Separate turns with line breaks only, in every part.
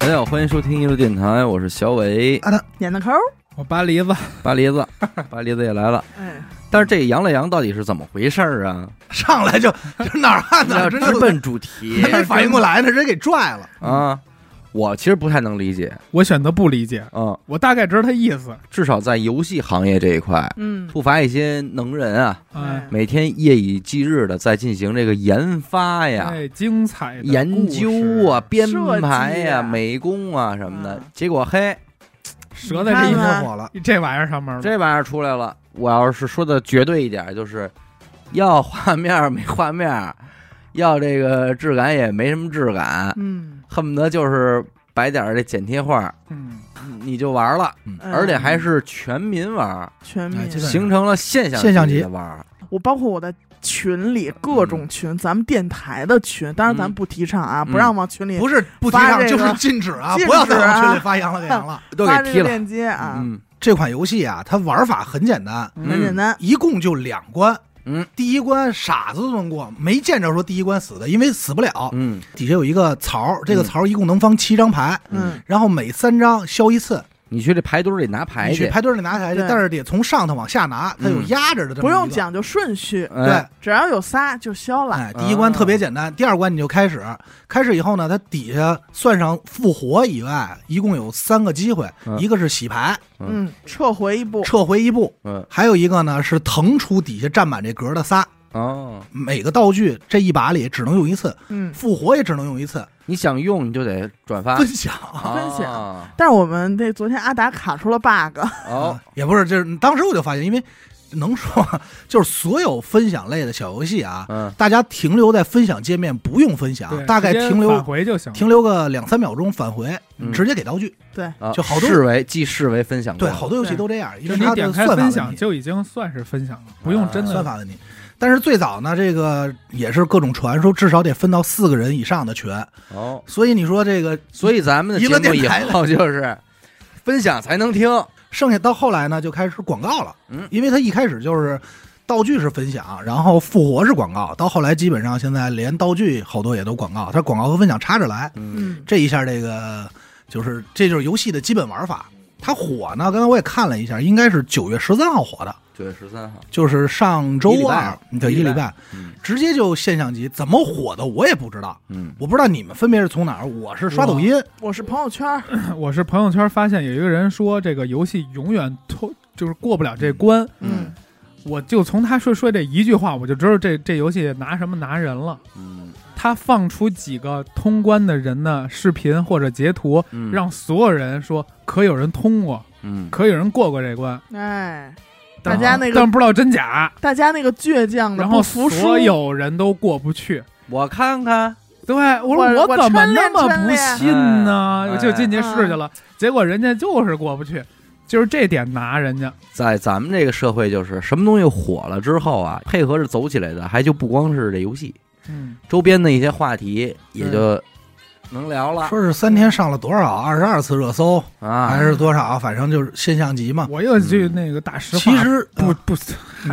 家好，欢迎收听艺术电台，我是小伟，
啊
撵的抠儿，
我扒梨子，
巴黎 子，巴黎子也来了。
哎，
但是这杨了杨到底是怎么回事儿 啊？
上来就就哪儿啊哪
要
儿，
直
真是
奔主 题
还没反应过来呢，直接给拽了。
啊！我其实不太能理解
我选择不理解，
嗯
啊，
我大概知道他意思。啊
至少在游戏行业这一块，
嗯，
不乏一些能人啊，
哎
每天夜以继日的在进行这个研发
啊
呀、
哎，精彩的
研究啊、
故
编排
设计
呀、
啊
美工啊什么的
嗯。
结果嘿，
事，折在
看
一
这
看
团火了，
一这玩意儿上面了。
这玩意儿出来了，我要是说的绝对一点，就是要画面儿没画面儿，要这个质感也没什么质感，
嗯，
恨不得就是摆点儿这剪贴画，
嗯，
你就玩了，
嗯
而且还是全民玩儿，
全
哎
民
基。本上
形成了现象
现象级
的玩儿。
我包括我的群里各种群，咱们电台的群，当然
嗯
咱们不提倡啊，
嗯
不让往群里
不是不提
发
倡，
这
就
个
是禁止啊！
禁止啊
不要在我们群里发羊了，给羊了。
都
发
给
这
踢
个
了。
链接啊，
嗯，
这款游戏啊，它玩法很简单，
嗯
很简单，
一共就两关。
嗯，
第一关傻子都能过，没见着说第一关死的，因为死不了。
嗯
底下有一个槽，这个
嗯
槽一共能放七张牌，
嗯，
然后每三张消一次，
你去这牌堆儿里拿牌
你去
去，
排队里拿牌去
对，
但是得从上头往下拿，它有
嗯
压着的这么
不用
一个。
讲究顺序，
哎
对，，
只要有仨就消了。
哎，第一关特别简单，第二关你就开始，开始以后呢，它底下算上复活以外，一共有三个机会，
嗯
一个是洗牌，
嗯
嗯，撤回一步，
撤回一步，
嗯
还有一个呢是腾出底下占满这格的仨，
哦，
每个道具这一把里只能用一次，
嗯。
复活也只能用一次，
你想用你就得转
啊
发
分享。
分享
啊
但是我们这昨天阿达卡出了 bug，
哦，
啊也不是，就是当时我就发现，因为能说就是所有分享类的小游戏啊，
嗯
大家停留在分享界面不用分享，
对
啊大概
直接
停留
返回就行了。
停留个两三秒钟返回，
嗯
直接给道具。
对，
啊
就好多
视为既视为分享过
对，好多游戏都这样，因
就
为
你
它
点
的
开
算法
分
问
享
题，啊
就已经算是分享了，不用真
算
的。
法问题。但是最早呢，这个也是各种传说，至少得分到四个人以上的群。
哦，
所以你说这个，
所以咱们的节
娱乐
目
电
以
台
后就是分享才能听，
剩下到后来呢，就开始广告了。
嗯
因为它一开始就是道具是分享，然后复活是广告，到后来基本上现在连道具好多也都广告，它广告和分享插着来。
嗯
嗯，
这一下这个就是这就是游戏的基本玩法。它火呢，刚才我也看了一下，应该是九月十三号火的，
九月十三号，
就是上周
一礼拜
二
啊，
对，
一礼
一礼
拜
拜。
嗯
直接就现象级，怎么火的我也不知道，
嗯
我不知道你们分别是从哪儿，我是刷抖音，
我是朋友圈儿，
我是朋友圈发现有一个人说这个游戏永远通就是过不了这关，
嗯，
我就从他说说这一句话，我就知道这这游戏拿什么拿人了。
嗯
他放出几个通关的人的视频或者截图，
嗯
让所有人说可有人通过，
嗯
可有人过过这关，
哎，
大
大
家
家那个
但不知道真假。
大家那个倔强的
然
嗯不
后
服输
所，有人都过不去。
我看看，
对，我说
我
怎么
我抻
那
练
么
抻
不
练嗯
信呢？
哎
我就进去试去了，结果人家就是过不去，就是这点拿人家。
在咱们这个社会，就是什么东西火了之后啊，配合着走起来的，还就不光是这游戏，
嗯，
周边的一些话题也就能聊了
说是三天上了多少二十二次热搜，还
嗯啊。
是多少，反正就是现象级嘛。
嗯
我又去那个大实话，
其实
不
啊
不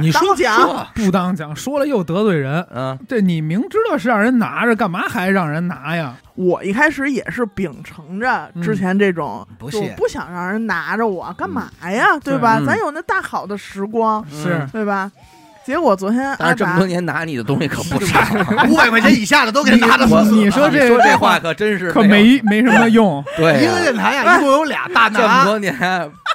你说
当讲，
不当讲，说了又得罪人。
嗯
这你明知道是让人拿着，干嘛还让人拿呀？
我一开始也是秉承着之前这种，
不
就我
屑
不想让人拿着我干嘛呀，对吧？
嗯
咱有那大好的时光，
是，
对吧？结果昨天
但
阿
是这么
达
多，年拿你的东西可不少，
五百块钱以下的都给人拿着
我
死死的
你说 这
说这话可真是
可
有
没没什么用。
对
一
哎呀
个电台啊呀，一共有俩大
这么
拿，
多年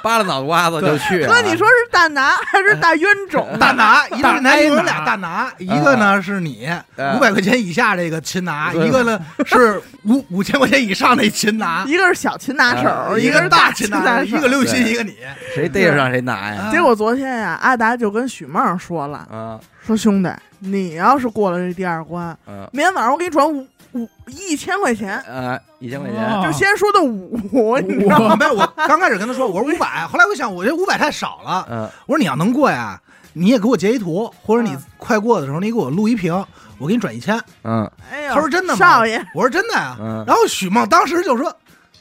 扒拉脑瓜子就去了。
哥，你说是大拿还是大冤种？
大拿，一个电台一共有俩
大
大
啊
拿，一个呢是你
嗯
五百块钱以下这个擒拿，
对
一个呢是五五千块钱以上那擒拿，
一个是小擒拿
啊
手，
一
个是
是大
擒
擒拿，
手
一个刘雨欣，
对
一个你，
谁逮着让谁拿呀？
结果昨天呀、阿达就跟许梦说了，
啊
说兄弟，你要是过了这第二关，
嗯
明天晚上我给你转五五一千块钱，
啊，一千块钱
哦啊
就先说的五，你知道吗？
我没有，我刚开始跟他说，我说五百，后来我想，我这五百太少了，
嗯
我说你要能过呀，你也给我截一图，或者你
嗯
快过的时候你给我录一屏，我给你转一千。
嗯
哎呦，
他说真的吗？
少爷，，
我说真的呀。
嗯，
然后许梦当时就说：“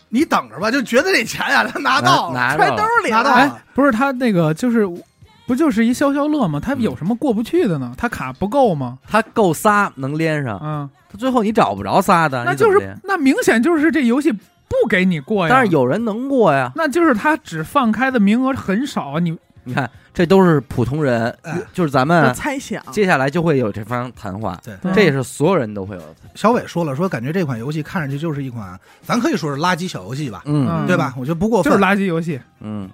你等着吧，就觉得这钱呀，他
哎
拿到了，
拿
揣
着
兜
了
里
拿到
了。
哎
了，
不是他那个就是。不就是一消消乐吗？他有什么过不去的呢？他卡不够吗？
他够仨能连上，
嗯，
最后你找不着仨的，
那
你怎
就
么
是
连
那明显就是这游戏不给你过呀。
但是有人能过呀。
那就是他只放开的名额很少啊，你
你看，这都是普通人
哎，
就是咱
我
们
猜想，
接下来就会有嗯这番谈话，
对，
嗯
这也是所有人都会有的。
小伟说了，说感觉这款游戏看上去就是一款，咱可以说是垃圾小游戏吧，
嗯
嗯
对吧？我觉得不过
就
分。
是垃圾游戏。
嗯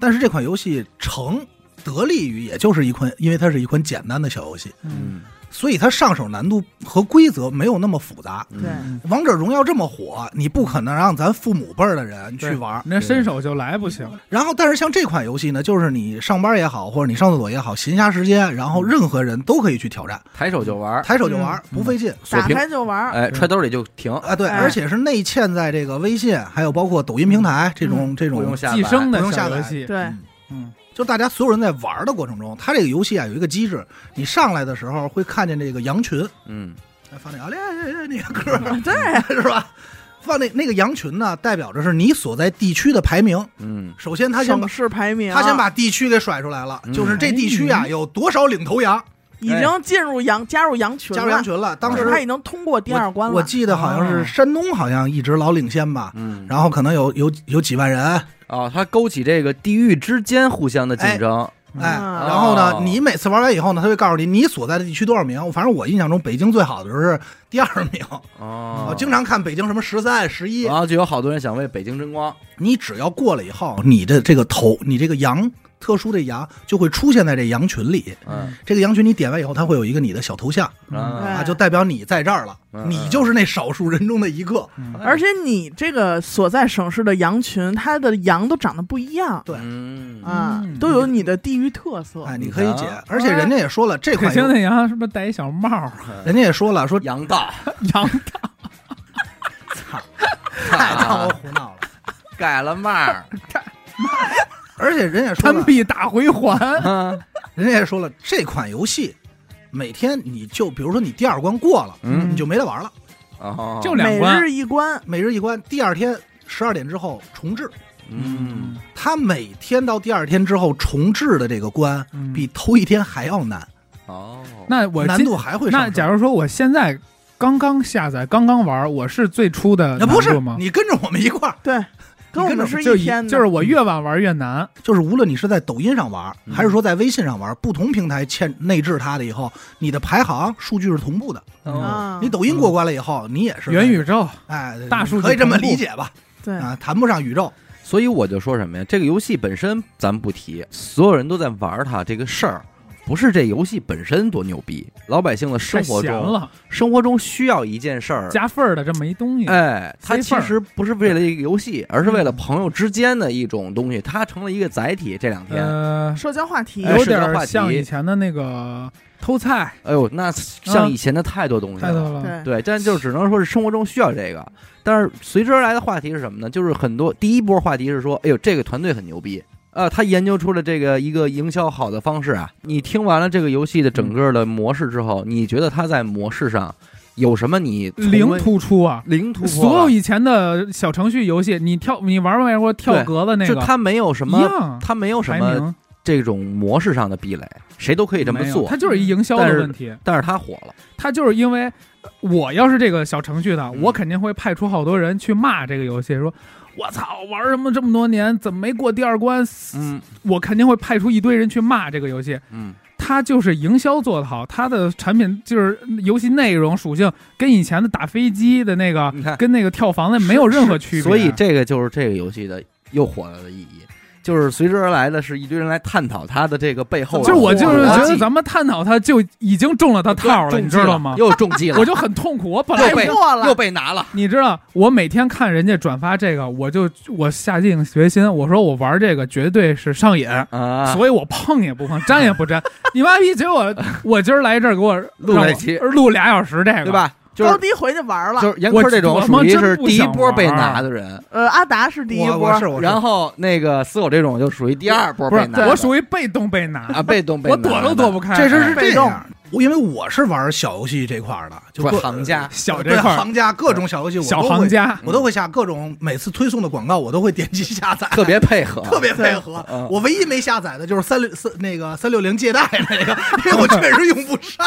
但是这款游戏成得力于，也就是一款，因为它是一款简单的小游戏，
嗯，
所以它上手难度和规则没有那么复杂。
嗯
对，
王者荣耀这么火，你不可能让咱父母辈儿的人去
对
玩儿。
你这伸手就来不行。
然后，但是像这款游戏呢，就是你上班也好，或者你上厕所也好，闲暇时间，然后任何人都可以去挑战，
抬手就玩儿，
抬手就玩儿，
嗯
不费劲。
锁
打
屏，
开就玩儿，
哎，
嗯
揣兜里就停，
啊，对，
哎
而且是内嵌在这个微信，还有包括抖音平台这
嗯
种这
不用
种，
下载
寄生
不
的
用下
小
载
游戏，
对，
嗯
嗯，
就大家所有人在玩儿的过程中，它这个游戏啊有一个机制，你上来的时候会看见这个羊群，
嗯
哎放那个啊，那那那个歌儿
对，
是吧？放那那个羊群呢，代表着是你所在地区的排名。
嗯
首先，他先把
省市排名，
他先把地区给甩出来了，
嗯
就是这地区啊
哎
有多少领头羊，
已经进入羊加入羊群
加入羊
了，
群了。当时
就是他已经通过第二关
我
了，啊
记得好像是
哦
山东好像一直老领先吧，
嗯，
然后可能有有有几万人，
哦，它勾起这个地域之间互相的竞争，
哎，
嗯
然后呢
哦，
你每次玩完以后呢，他会告诉你你所在的地区多少名。反正我印象中，北京最好的时候是第二名。
哦，
我经常看北京什么十三、十一
然，后就有好多人想为北京争光，
你只要过了以后，你的这个头，你这个羊，特殊的羊就会出现在这羊群里。
嗯
这个羊群你点完以后，它会有一个你的小头像
嗯
哎
啊，就代表你在这儿了，
嗯
你就是那少数人中的一个。
嗯
而且你这个所在省市的羊群，它的羊都长得不一样
对
嗯
啊
嗯，
都有你的地域特色。
哎，你可以解
啊。
而且人家也说了，这
可
款
星
游
那羊是不是戴一小帽儿 啊？
人家也说了，说
羊大，
羊
太他妈胡 闹了。
啊改了帽儿，
而且人家说
单
了，
臂打回环，
嗯
人家也说了，这款游戏每天你就比如说你第二关过了，
嗯
你就没得玩了。
哦，
就两
每
关。
日一关，
每日一关，第二天十二点之后重置。
嗯，
它每天到第二天之后重置的这个关，
嗯
比头一天还要难，
哦，
那我
难
今
度还会上
那
升。
假如说我现在刚刚下载，刚刚玩，我是最初的
啊，不
难
是
度吗？
你跟着我们一块儿，
对，跟我们是
就
一天的，
就是我
嗯
越晚玩越难。
就是无论你是在抖音上玩，
嗯
还是说在微信上玩，不同平台嵌内置它的以后，你的排行数据是同步的。
哦
啊，
你抖音过关了以后，你也是
嗯元宇宙，
哎，
大数据
可以这么
同步
理解吧？
对
啊，谈不上宇宙，
所以我就说什么呀？这个游戏本身咱不提，所有人都在玩儿它这个事儿，不是这游戏本身多牛逼，老百姓的生
太
活
闲
中，
了，
生活中需要一件事儿。
加分儿的这么一东西。
哎，它
塞
其
缝儿
实不是为了一个游戏，而是为了朋友之间的一种东西，它成了一个载体。这两天，
呃，
社交话题，
哎
有
社交话
点
题
像以前的那个偷菜，
哎呦，那像以前的太多东西
啊太多
了。
了。
对，
对，但就只能说是生活中需要这个，但是随之而来的话题是什么呢？就是很多第一波话题是说，哎呦，这个团队很牛逼啊、他研究出了这个一个营销好的方式啊。你听完了这个游戏的整个的模式之后，你觉得它在模式上有什么你重
零
温
突出啊！
零突破了？
所有以前的小程序游戏，你跳你玩没玩过跳格子那
就
个？
它没有什
一
么，
样
它没有什
排
么
名
这种模式上的壁垒，谁都可以这么
没有
做
它。就是一营销
但
的
是
问题。
但是它火了，
它就是因为呃我要是这个小程序的，
嗯
我肯定会派出好多人去骂这个游戏，说。我操！玩什么这么多年，怎么没过第二关？
嗯
我肯定会派出一堆人去骂这个游戏。
嗯
它就是营销做得好，它的产品就是游戏内容属性跟以前的打飞机的那个
你看，
跟那个跳房的没有任何区别。
嗯所以这个就是这个游戏的又火了的意义，就是随之而来的是一堆人来探讨它的这个背后的
就
逻
是
辑。
我就是觉得
们
咱们探讨它就已经中了它套了，你知道吗？
又中计了，
我就很痛苦，我本来
太
又被
过了
又，被拿了。
你知道，我每天看人家转发这个，我就我下定决心，我说我玩这个绝对是上瘾，
啊，
所以我碰也不碰，沾 也不沾。你妈逼，结果我今儿来这儿给我
录
让
这
我
期
录俩小时这个，
对？吧？就
高
是
低回去玩了。
就是严科这种
我
属于是
我他妈真不
第一
想
波被
玩
拿的人，
呃，阿达是第一
我
波
我，是我是
然后那个死狗这种就属于第二波
不
被
是
拿的。，
我属于被动被拿，
啊被动被
我
拿
躲
的
都躲不开。嗯
这事儿是
被
这
动
样，我因为我是玩小游戏这块儿的，就
不是
各
行家
小
对
这块儿，
行家各种小游戏，我
小
都
行
会，
家，
我都会下各种每次推送的广告，我都会点击下载，
特别配 合，
特别配合
嗯。
我唯一没下载的就是三六三那个三六零借贷那个，因为我确实用不上。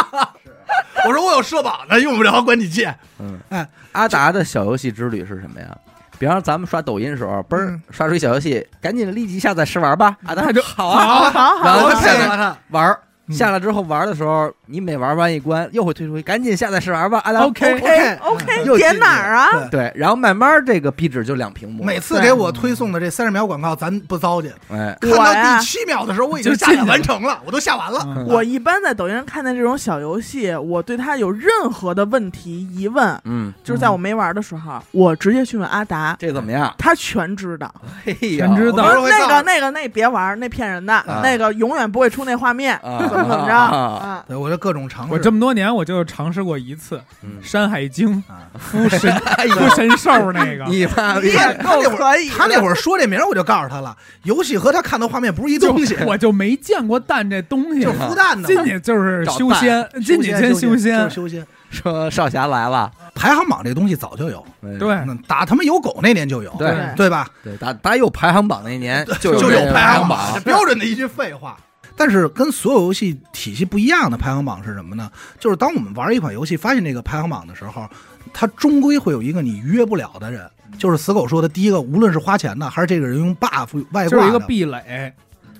我说我有社保呢，用不着管你借。
嗯
哎，
阿达的小游戏之旅是什么呀？比方说咱们刷抖音的时候，嘣儿
嗯
刷出一小游戏，赶紧立即下载试玩吧。啊，他就好啊，
好好
然后
好，
他下载
他
玩儿。
嗯
下来之后玩儿的时候，你每玩完一关，又会退出，赶紧下载试玩吧。啊咱
OK
OK
又
OK，
进
点
去
哪儿啊？
对，
对，然后慢慢这个壁纸就两屏幕，
每次给我推送的这三十秒广告，咱不糟践。
哎，
看
我
到
呀
第七秒的时候，我已经下载完成了，我都下完了。
嗯
我一般在抖音上看见这种小游戏，我对它有任何的问题疑问，
嗯，
就是在我没玩的时候，我直接去问阿达，
这怎么样？
他全知道。
哎嘿呀
全知
我
道
说那个那个那别玩，那骗人的，
啊
那个永远不会出那画面，
啊
怎么怎么着
啊
啊？
对，我就各种尝
我
试
这么多年我就尝试过一次
嗯
《山海经》
啊。
孵 神孵神兽那个，
你妈
你
逼！
也够可以的，
他那会儿说这名儿，我就告诉他了，游戏和他看的画面不是一
就
东西，
我就没见过蛋这东西
就。孵蛋的嘛。
进去就是修仙，进去先
修
仙
就是。修仙。
说少侠来了，
排行榜这东西早就嗯有，
对
对，
那打他妈有狗那年就有，
嗯对
对
对吧？
对，打打有排行榜那年就
就
这
有
个
排
行
榜，这标准的一句废话。但是跟所有游戏体系不一样的排行榜是什么呢？就是当我们玩一款游戏，发现这个排行榜的时候，它终归会有一个你逾越不了的人。就是死狗说的第一个，无论是花钱的，还是这个人用 buff 外
就是
挂
一个
的，啊
壁垒。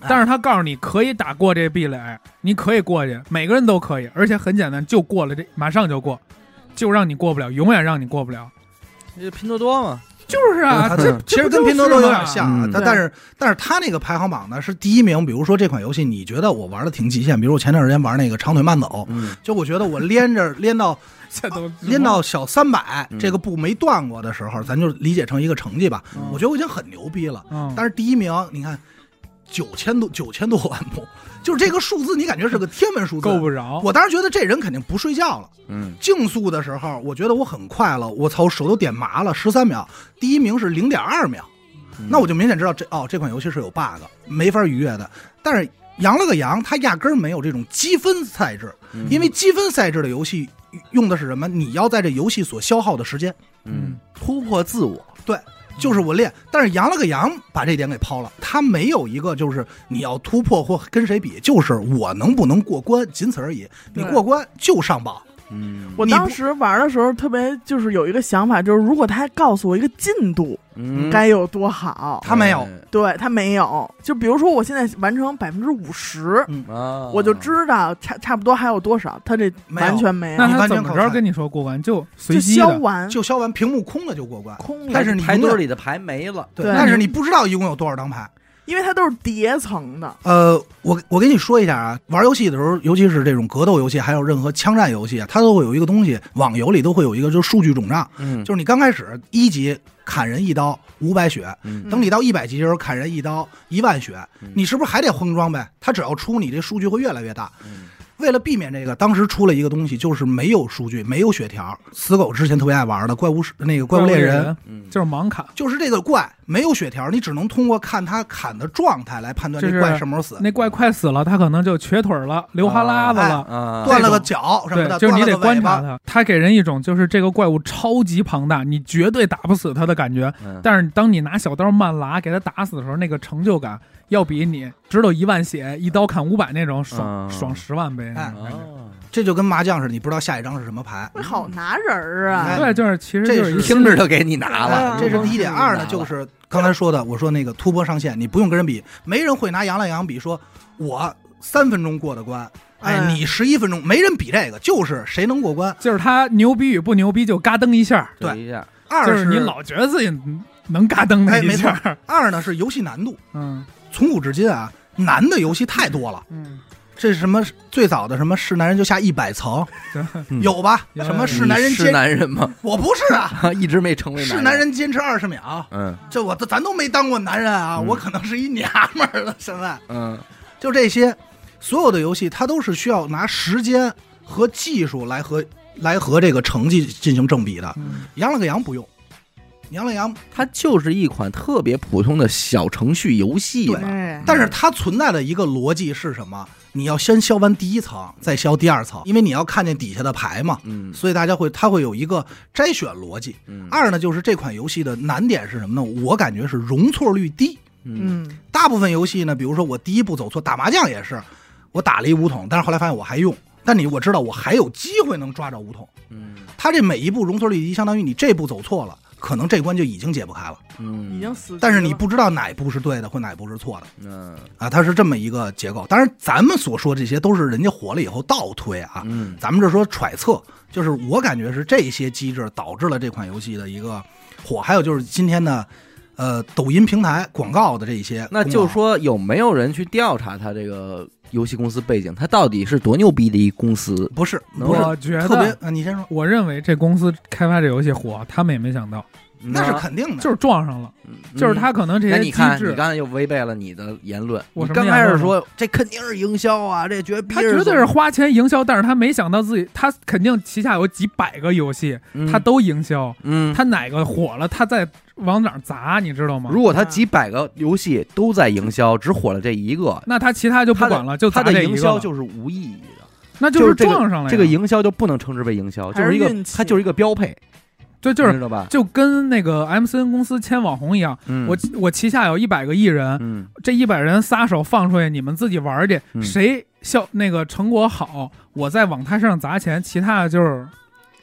但是他告诉你可以打过这壁垒，你可以过去，每个人都可以，而且很简单，就过了这，马上就过，就让你过不了，永远让你过不了。
这拼多多嘛，
就是啊，
它
这
嗯
其实跟拼多多有点像啊
嗯，
但但是但是它那个排行榜呢是第一名。比如说这款游戏，你觉得我玩的挺极限，比如我前段时间玩那个长腿慢走，
嗯，
就我觉得我连着连到
这都
拎到小三百
嗯
这个步没断过的时候，咱就理解成一个成绩吧。
嗯
我觉得我已经很牛逼了，
嗯，
但是第一名，你看九千多九千多万步，就是这个数字，你感觉是个天文数字。
够不着。
我当时觉得这人肯定不睡觉了。
嗯，
竞速的时候，我觉得我很快了，我操，我手都点麻了，十三秒，第一名是零点二秒，
嗯
嗯
那我就明显知道这哦，这款游戏是有 bug，没法逾越的。但是扬了个扬，它压根儿没有这种积分赛制，
嗯
因为积分赛制的游戏用的是什么？你要在这游戏所消耗的时间，
嗯突破自我，
就是我练。但是扬了个扬，把这点给抛了。它没有一个就是你要突破或跟谁比，就是我能不能过关，仅此而已。你
对
过关就上榜。
嗯
我
你不
当时玩的时候特别就是有一个想法，就是如果他还告诉我一个进度，
嗯
该有多好。
他没有
对他没有，就比如说我现在完成百分之五十，
啊，
我就知道差差不多还有多少，他这
没有
完 全没有，
那
你
他
完
怎
全
么
靠
着
猜
跟你说过关就随
就
机
消
的，
完
就消完，屏幕空了就过关。
空了。
但是你
排
永
队
远
里的牌没了，
对，
对
但是你不知道一共有多少张牌。
因为它都是叠层的，
呃，我我跟你说一下啊，玩游戏的时候，尤其是这种格斗游戏，还有任何枪战游戏，啊它都会有一个东西，网游里都会有一个，就是数据肿胀。
嗯
就是你刚开始一级砍人一刀五百血，
嗯
等你到一百级的时候砍人一刀一万血
嗯，
你是不是还得封装呗？它只要出，你这数据会越来越大。
嗯
为了避免这个，当时出了一个东西，就是没有数据，没有血条。死狗之前特别爱玩的怪物是那个怪物猎人，
嗯
就是盲卡，
就是这个怪没有血条，你只能通过看它砍的状态来判断
就
这
是
怪什么时候死。
那怪快死了，他可能就瘸腿了，流哈喇子了。
啊，
断了个脚什么
对
的，，
就是你得
断了个尾
观
巴
察他，他给人一种就是这个怪物超级庞大，你绝对打不死他的感觉。
嗯
但是当你拿小刀慢拉给他打死的时候，那个成就感要比你知道一万血一刀砍五百那种爽、
嗯
爽十万
哎
倍那种感觉。
哦
这就跟麻将似的，你不知道下一张是什么牌。
会好拿人儿啊。
哎
对，就是其实
这
就是
是
一
听着就给你拿了，嗯
哎
啊这是第一点。二
拿了
呢，就是刚才说的，我说那个突破上限，你不用跟人比，没人会拿杨澜杨比说，我三分钟过的关，哎，
哎
你十一分钟，没人比这个，就是谁能过关。
就是他牛逼与不牛逼就嘎噔一下，
对一下，
二
就是你老觉得自己能嘎噔那
哎
一
没错
下。
二呢是游戏难度，
嗯
从古至今啊，难的游戏太多了。
嗯，
这是什么最早的什么是男人就下一百层
对，
有吧？
有
什么
你
是男人
是
坚，
男人吗？
我不是啊，
一直没成为
是男，人坚持二十秒。
嗯
这我咱都没当过男人啊，
嗯
我可能是一娘们儿了。现在
嗯
就这些，所有的游戏它都是需要拿时间和技术来和来和这个成绩进行正比的。
嗯
杨了个羊不用，杨了羊，
它就是一款特别普通的小程序游戏嘛，
对
但是嗯它存在的一个逻辑是什么？你要先消完第一层，再消第二层，因为你要看见底下的牌嘛。
嗯
所以大家会，它会有一个筛选逻辑。
嗯
二呢，就是这款游戏的难点是什么呢？我感觉是容错率低。
嗯
嗯，
大部分游戏呢，比如说我第一步走错，打麻将也是，我打了一五筒，但是后来发现我还用，但你我知道我还有机会能抓着五筒。
嗯
它这每一步容错率低，相当于你这步走错了，可能这关就已经解不开了。
嗯，
已经死局了。
但是你不知道哪一步是对的或哪一步是错的
嗯
啊，它是这么一个结构。当然，咱们所说这些都是人家火了以后倒推啊，
嗯
咱们这说揣测，就是我感觉是这些机制导致了这款游戏的一个火。还有就是今天的，呃，抖音平台广告的这一些，
那就说有没有人去调查他这个游戏公司背景，他到底是多牛逼的一公司？
不是
能
不是
我觉
特别
得，，
呃你先说，
我认为这公司开发这游戏火，他们也没想到，
那是肯定的，
就是撞上了，
是
就是他可能这
嗯那
些
你
机
看，你
制，
刚才又违背了你的言论。
我
你
什么
刚开
言
始
论
说这肯定是营销啊，这绝逼
他绝对
怎
是
么，
花钱营销，但是他没想到自己，他肯定旗下有几百个游戏，
嗯
他都营销，
嗯，
他哪个火了，他再往哪儿砸，你知道吗？
如果他几百个游戏都在营销，只火了这一个，
那他其他就不管了，就
他
砸
的
这一
营
个
销
了啊
就是无意义的，
那
就是这个
撞上了呀，
这个营销就不能称之为营销，就
还是
一个
运气
它就是一个标配，
就就
你
是
知道吧？
就跟那个 MCN 公司签网红一样，
嗯
我我旗下有一百个艺人，
嗯
这一百人撒手放出去，你们自己玩儿去，
嗯
谁效那个成果好，我再往他身上砸钱，其他的就是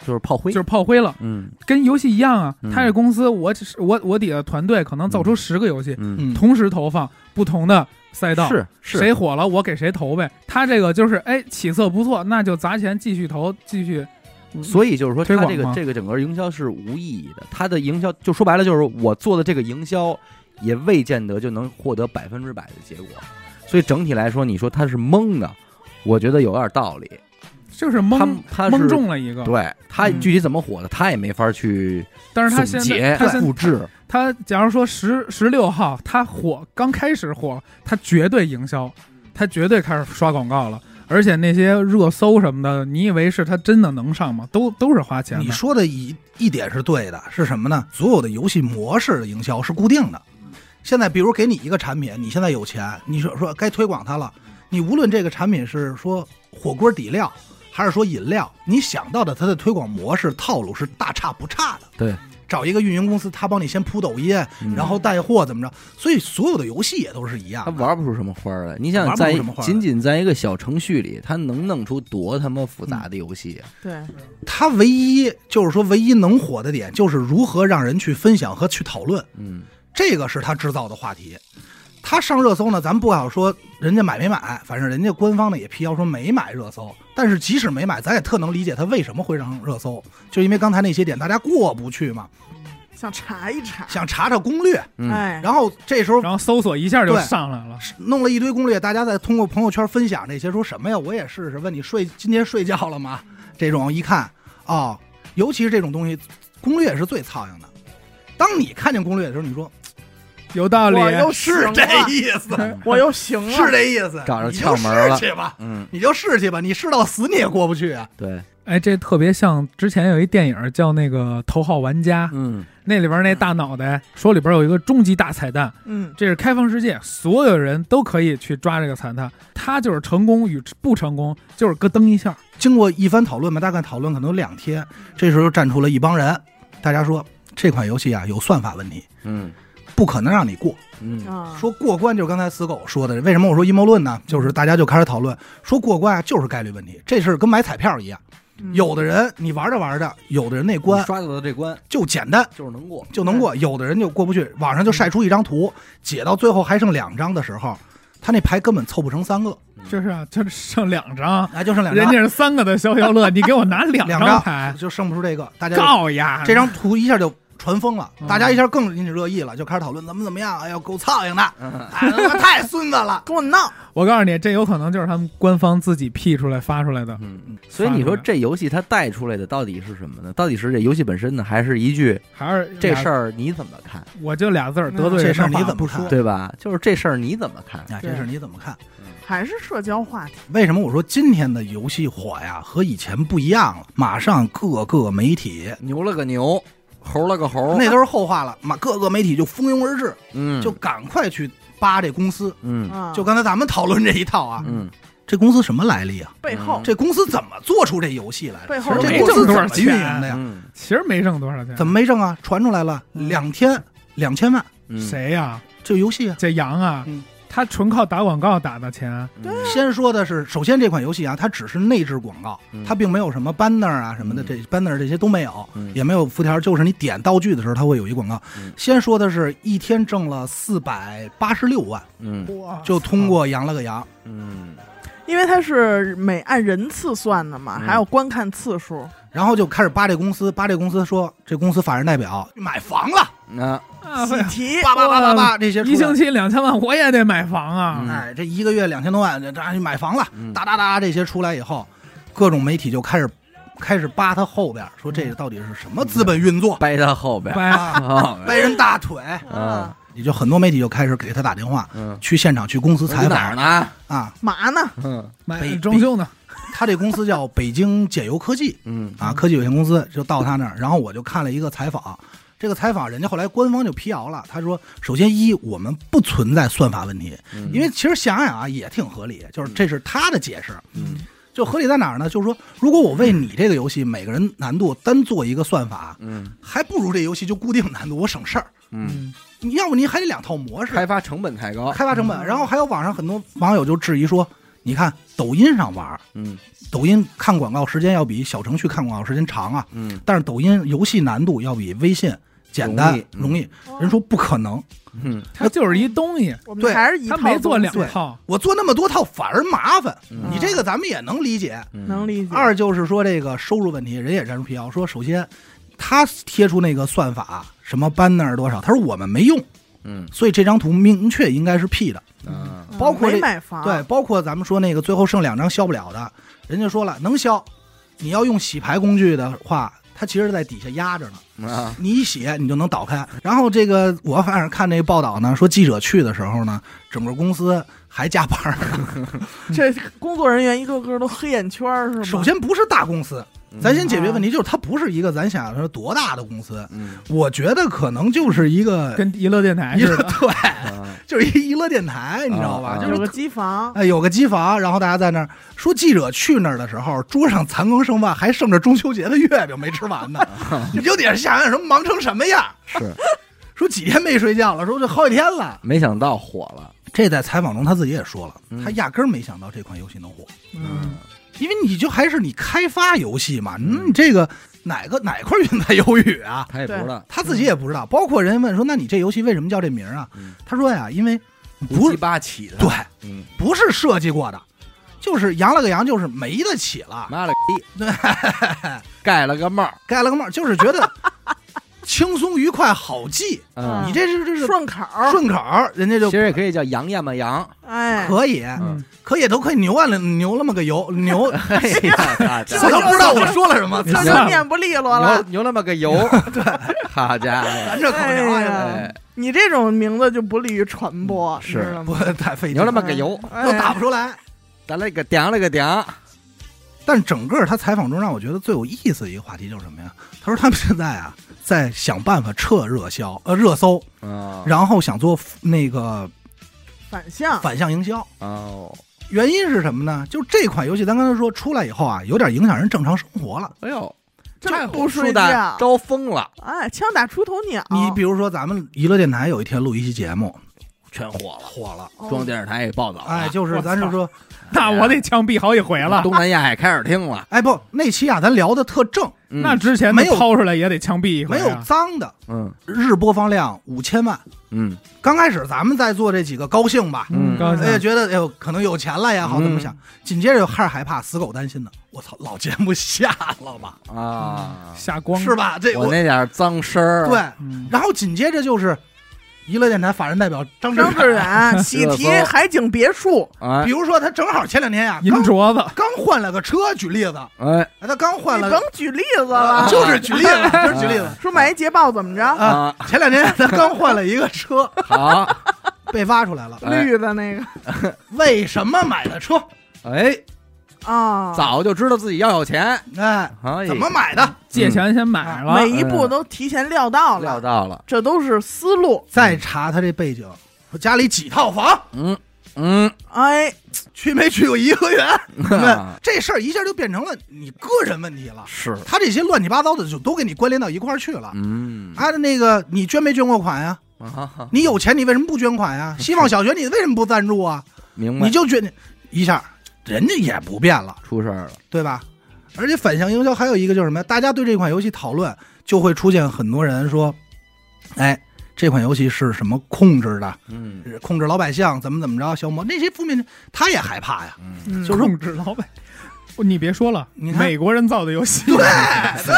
就是炮灰
就，是炮灰了，
嗯
跟游戏一样啊
嗯。
他这公司，我只是我我底下团队可能造出十个游戏，
嗯，
嗯，
同时投放不同的赛道，
是是
谁火了我给谁投呗。他这个就是哎起色不错，那就砸钱继续投，继续。
所以就是说，
推
它
广
这个
吗
这个整个营销是无意义的，它的营销就说白了就是我做的这个营销也未见得就能获得百分之百的结果，所以整体来说，你说它是蒙的，我觉得有点道理。
就是
他
蒙
他是
蒙中了一个，
对它
嗯
具体怎么火的，它也没法去
但是他
总
现
结
在他现
复制。
他假如说十十六号他火，刚开始火，他绝对营销，他绝对开始刷广告了。而且那些热搜什么的，你以为是他真的能上吗？都都是花钱
你
的。
说的一一点是对的，是什么呢？所有的游戏模式的营销是固定的。现在，比如给你一个产品，你现在有钱，你说说该推广它了，你无论这个产品是说火锅底料，还是说饮料，你想到的它的推广模式套路是大差不差的。
对，
找一个运营公司，他帮你先铺抖音，
嗯
然后带货怎么着？所以所有的游戏也都是一样
他
的。
玩不出什么花儿来，你想
玩不出
在
什么花儿来
仅仅在一个小程序里，他能弄出多他妈复杂的游戏啊？
对，
它唯一就是说唯一能火的点，就是如何让人去分享和去讨论。
嗯
这个是他制造的话题。他上热搜呢，咱不好说人家买没买，反正人家官方呢也辟谣说没买热搜。但是即使没买，咱也特能理解他为什么会上热搜，就因为刚才那些点大家过不去嘛，
想查一查，
想查查攻略。
嗯，
哎，
然后这时候
然后搜索一下就
对
上来了，
弄了一堆攻略，大家再通过朋友圈分享这些，说什么呀？我也试试。问你睡今天睡觉了吗？这种一看哦，尤其是这种东西，攻略是最操心的。当你看见攻略的时候，你说
有道理。
我又
是
行了
这意思，
我又行了，
是这意思，
找着
你
窍
就
门儿了
试去吧。
嗯，
你就试去吧，你试到死你也过不去啊！
对，
哎，这特别像之前有一电影叫那个《头号玩家》，
嗯
那里边那大脑袋说里边有一个终极大彩蛋，
嗯，
这是开放世界，所有人都可以去抓这个彩蛋。他就是成功与不成功，就是咯噔一下。
经过一番讨论吧，大概讨论可能有两天，这时候站出了一帮人，大家说这款游戏啊有算法问题，
嗯
不可能让你过。
嗯
啊，
说过关就是刚才死狗说的，为什么我说阴谋论呢？就是大家就开始讨论，说过关啊就是概率问题，这事儿跟买彩票一样，
嗯。
有的人你玩着玩着，有的人那
你
关
刷到的这关
就简单。
就是能过，
就能过，有的人就过不去。网上就晒出一张图，解到最后还剩两张的时候，他那牌根本凑不成三个，
就是 啊，就是剩两张，
哎，就剩两张
人，家是三个的消 消乐，你给我拿两
两张
牌，
就剩不出这个，大家就
告呀！
这张图一下就传疯了，
嗯
大家一下更引起热议了，就开始讨论怎么怎么样。哎呦，够操硬的，
嗯
哎，他妈太孙子了
跟我闹，
我告诉你，这有可能就是他们官方自己 P 出来发出来的。
嗯，所以你说这游戏它带出来的到底是什么呢？到底是这游戏本身呢，还是一句
还是
这
俩
事儿你怎么看，
我就俩字儿得罪
这
人
事儿
的
你
话
怎么
不
看
说？
对吧？就是这事儿你怎么看？
哎，这事儿你怎么看？
还是社交话题，
为什么我说今天的游戏火呀，和以前不一样了？马上各个媒体，
牛了个牛，猴了个猴，
那都是后话了，马各个媒体就蜂拥而至，
嗯
就赶快去扒这公司。
嗯
啊，
就刚才咱们讨论这一套啊，
嗯，
这公司什么来历啊？
背后
这公司怎么做出这游戏来的？
背后
其实
这
没
公
挣
司
多
怎
少
么运营
钱嗯
的呀？
嗯
其实没挣多少钱。
怎么没挣啊？传出来了，两天两千万，
嗯
谁呀？
这游戏啊。
这羊啊
嗯，
他纯靠打广告打的钱，
对
先说的是，首先这款游戏啊，它只是内置广告
嗯，
它并没有什么 banner 啊什么的，
嗯
这 banner 这些都没有，
嗯
也没有浮条，就是你点道具的时候，它会有一广告
嗯。
先说的是一天挣了四百八十六万，
嗯
哇，
就通过扬了个扬。
嗯
因为它是每按人次算的嘛，
嗯
还有观看次数。
然后就开始扒这公司，扒这公司说这公司法人代表买房了，
那
啊
喜
哎
提
叭叭叭叭叭这些出来
一星期两千万我也得买 房啊，
嗯
哎，这一个月两千多万，这这买房了，
嗯
哒哒哒这些出来以后，各种媒体就开始开始扒他后边，说这到底是什么资本运作，
掰他后边，
掰
啊
啊
掰人大腿，
啊，
也就很多媒体就开始给他打电话，
嗯，
去现场去公司采
在哪儿
访
呢？
啊。
嘛呢？
嗯
买
北
装修呢，
他这公司叫北京解油科技
嗯
啊，科技有限公司，就到他那儿，然后我就看了一个采访。这个采访，人家后来官方就辟谣了。他说：“首先一，我们不存在算法问题，
嗯
因为其实想想啊，也挺合理。就是这是他的解释，
嗯
就合理在哪儿呢？就是说，如果我为你这个游戏每个人难度单做一个算法，
嗯
还不如这游戏就固定难度，我省事儿。
嗯，，
你要不你还得两套模式，
开发成本太高，
开发成
嗯
本。然后还有网上很多网友就质疑说，你看抖音上玩儿，
嗯
抖音看广告时间要比小程序看广告时间长啊，
嗯
但是抖音游戏难度要比微信简单
容
容易。人说不可能，
嗯
他就是一东西，
我们
对
还是一
他
套
没做两
东西
套，
我做那么多套反而麻烦。
嗯
你这个咱们也能理解，
嗯
能理解。
二就是说这个收入问题，人也站出辟谣，说首先他贴出那个算法什么 banner 多少，他说我们没用，
嗯
所以这张图明确应该是 P 的。
啊
嗯
包括
没
这
买房，
对，，包括咱们说那个最后剩两张消不了的，人家说了能消，你要用洗牌工具的话。它其实在底下压着呢，
啊
你一洗你就能倒开。然后这个我反正看那报道呢，说记者去的时候呢，整个公司还加班儿。
这工作人员一个个都黑眼圈儿是吗？
嗯首先不是大公司，咱先解决问题，就是它不是一个咱想说多大的公司，
嗯
我觉得可能就是一个
跟娱乐电台
一
似
个
的，
对，
啊
就是一娱乐电台，你知道吧？
啊啊
就是
有个机房，
哎有个机房，然后大家在那儿说记者去那儿的时候，桌上残羹剩饭，还剩着中秋节的月饼没吃完呢，你就得想想什么忙成什么样。
是
说几天没睡觉了，说这好几天了。
没想到火了，
这在采访中他自己也说了，
嗯
他压根儿没想到这款游戏能火，
嗯
因为你就还是你开发游戏嘛，嗯，你这个哪个哪块云彩有雨啊？
他也不知道，
他自己也不知道。包括人家问说：“那你这游戏为什么叫这名儿啊
嗯？”
他说：“呀，因为
胡
不
七
是
八起的，
对，
嗯，
不是设计过的，就是扬了个扬，就是没得起了，
妈了个逼，盖了个帽儿，
盖了个帽儿，就是觉得轻松愉快好记。
嗯
你这是这是
顺口儿，
顺口儿，人家就
其实也可以叫洋呀嘛洋，
哎，
可以，
嗯
可以都快牛啊了牛了么个油牛，
哎呀，
我都不知道我说了什么，
他
咱
行
就念不利落
牛
了。
牛了么个油，对，好家伙，
咱这口条
哎
啊
呀
哎，
你这种名字就不利于传播，
是
你知道
不
吗？
太费劲啊
牛了，么个油，
哎
都打嗯不出来。
咱了个点了个点，
但整个他采访中让我觉得最有意思的一个话题就是什么呀？他说他们现在啊在想办法撤热销呃热搜，
啊
然后想做那个
反向，
反向营销。
哦，
原因是什么呢？就这款游戏，咱刚才说出来以后啊，有点影响人正常生活了。
哎呦，
真不
树
睡
蛋
觉，
招风了，
哎，枪打出头鸟，
你比如说，咱们娱乐电台有一天录一期节目，
全火了，
火了，
哦
中央电视台也报道了，
哎，就是
我操
咱是说，
那我得枪毙好几回了。
东南亚也开始听了，
哎不，那期啊，咱聊的特正，
嗯
那之前的
没有
掏出来也得枪毙一回
没有
啊！
脏的，
嗯
日播放量五千万。
嗯
刚开始咱们在做这几个高兴吧，
嗯
高
哎呀，
兴，
觉得哎呦，可能有钱了也好怎么想，紧接着就开始害怕，死狗担心呢。我操，老节目下了吧，
啊，
下光
是？吧？这
我那点儿脏声儿，
哎对，
嗯，
然后紧接着就是娱乐电台法人代表张
哦张志
远，
远喜提海景别墅，
哎
比如说他正好前两天呀，
银
刚
镯子，
刚换了个车，举例子，
哎
哎他刚 换
你
了
甭
个，
举例子了，
就是举例子，就是举例 子。
说买一捷豹怎么着？
啊，
前两天他刚换了一个车，
好，
被挖出来了。
哎
绿的那个
为什么买的车？
哎，
啊，
早就知道自己要有钱，
哎，
哎，
怎么买的？
借钱先买了
每，
嗯
一步都提前料到
料
了，
到了？
这都是思路。
再查他这背景，说家里几套房，
嗯嗯，
哎，
去没去过颐和园？
啊
对，这事儿一下就变成了你个人问题了。
是，
他这些乱七八糟的就都给你关联到一块儿去了。
嗯
啊，那个你捐没捐过款呀？
啊，
你有钱，你为什么不捐款啊？希望小学你为什么不赞助啊？
明白
你，就捐一下，人家也不变了，
出事儿了，
对吧？而且反向营销还有一个就是什么呀？大家对这款游戏讨论，就会出现很多人说：“哎，这款游戏是什么控制的？
嗯
控制老百姓怎么怎么着？消磨那些负面，他也害怕呀。
嗯，
嗯
就是
控制老百。你别说了，
你看
美国人造的游戏，
对对，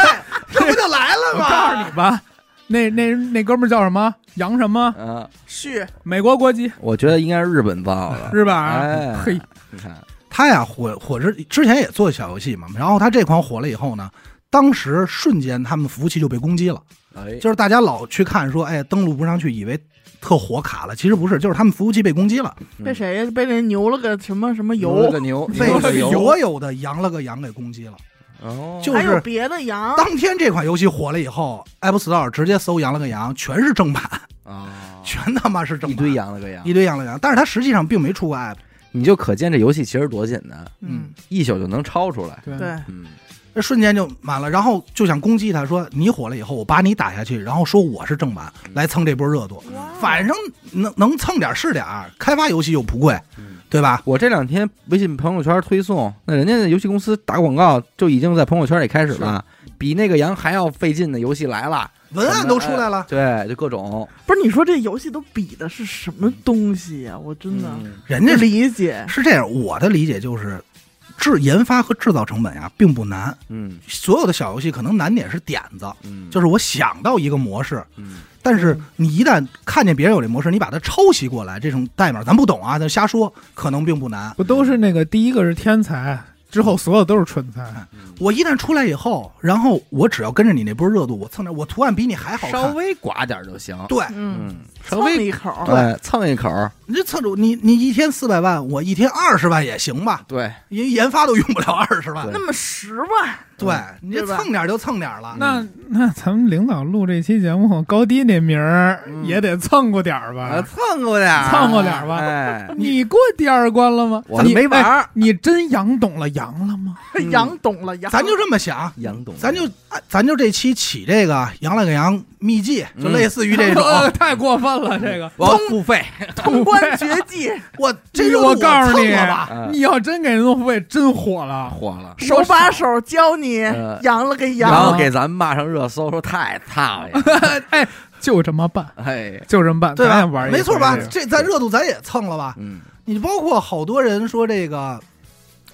这不就来了
我告诉
吗？
你吧，那那那哥们儿叫什么？杨什么？
啊，
是
美国国籍
我觉得应该是日本造的，
是吧？
哎
嘿，
你看，
他呀火火之之前也做小游戏嘛，然后他这款火了以后呢，当时瞬间他们服务器就被攻击了。
哎，
就是大家老去看说，哎，登录不上去，以为特火卡了，其实不是，就是他们服务器被攻击了，
被谁呀被那牛了个什么什么
了
油，
个牛，
被
牛了个油，
所有的羊了个羊给攻击了。
哦，
就
还有
是
别的羊，
当天这款游戏火了以后，App Store 直接搜羊了个羊，全是正版，
啊，
全他妈是正版，
一堆，羊了个羊
一，堆羊了个羊。但是它实际上并没出过 App，
你就可见这游戏其实多简单，
嗯，
一宿就能抄出来，
对，
对，
嗯，
那瞬间就满了，然后就想攻击他说你火了以后，我把你打下去，然后说我是正版来蹭这波热度。
哇
反正能能蹭点儿是点儿，开发游戏又不贵，对吧？
我这两天微信朋友圈推送，那人家的游戏公司打广告就已经在朋友圈里开始了，比那个羊还要费劲的游戏来了，哎
文案嗯都出来了，
对，就各种，
不是你说这游戏都比的是什么东西呀？我真的
嗯
人
不
家
理解，
是这样，我的理解就是，制研发和制造成本呀并不难。
嗯
所有的小游戏可能难点是点子，
嗯，
就是是我想到一个模式，
嗯
但是你一旦看见别人有这模式，你把它抄袭过来，这种代码咱不懂啊，咱瞎说，可能并不难。
不都是那个第一个是天才，之后所有都是蠢才，
我一旦出来以后，然后我只要跟着你那波热度，我蹭点，我图案比你还好看，
稍微寡点儿就行，
对，
嗯，
嗯，稍
蹭了
微
一口，
对蹭一口儿，
你这蹭着你你一天四百万，我一天二十万也行吧，
对，
因
嗯
为研发都用不了二十万
对，
那么十万，
对你这
对吧
蹭点就蹭点了，
那那咱们领导录这期节目，高低那名儿
嗯
也得蹭过点儿
啊，
哎
吧？
蹭过点儿，
蹭过点儿吧
哎，
你过第二关了吗？
我
你
没玩。
哎
儿，
你真羊懂了羊了吗？
嗯
羊懂了羊，
咱就这么想，
杨董，
咱就啊咱就这期起这个“羊了个羊”秘籍，就
嗯
类似于这种。
太过分了，这个。
我要付费，
通关绝技，
我这就是
我告诉你
蹭了吧，
哎
你要真给人弄付费，真火了。
火了。
手把手教你
呃
羊了个
然
羊，
后给咱们骂上热搜，说太操了，
哎，就这么办，
哎，
就这么办，
对
咱
吧
也？玩一回
没错吧
这？
这
个
咱热度咱也蹭了吧？
嗯，
你包括好多人说这个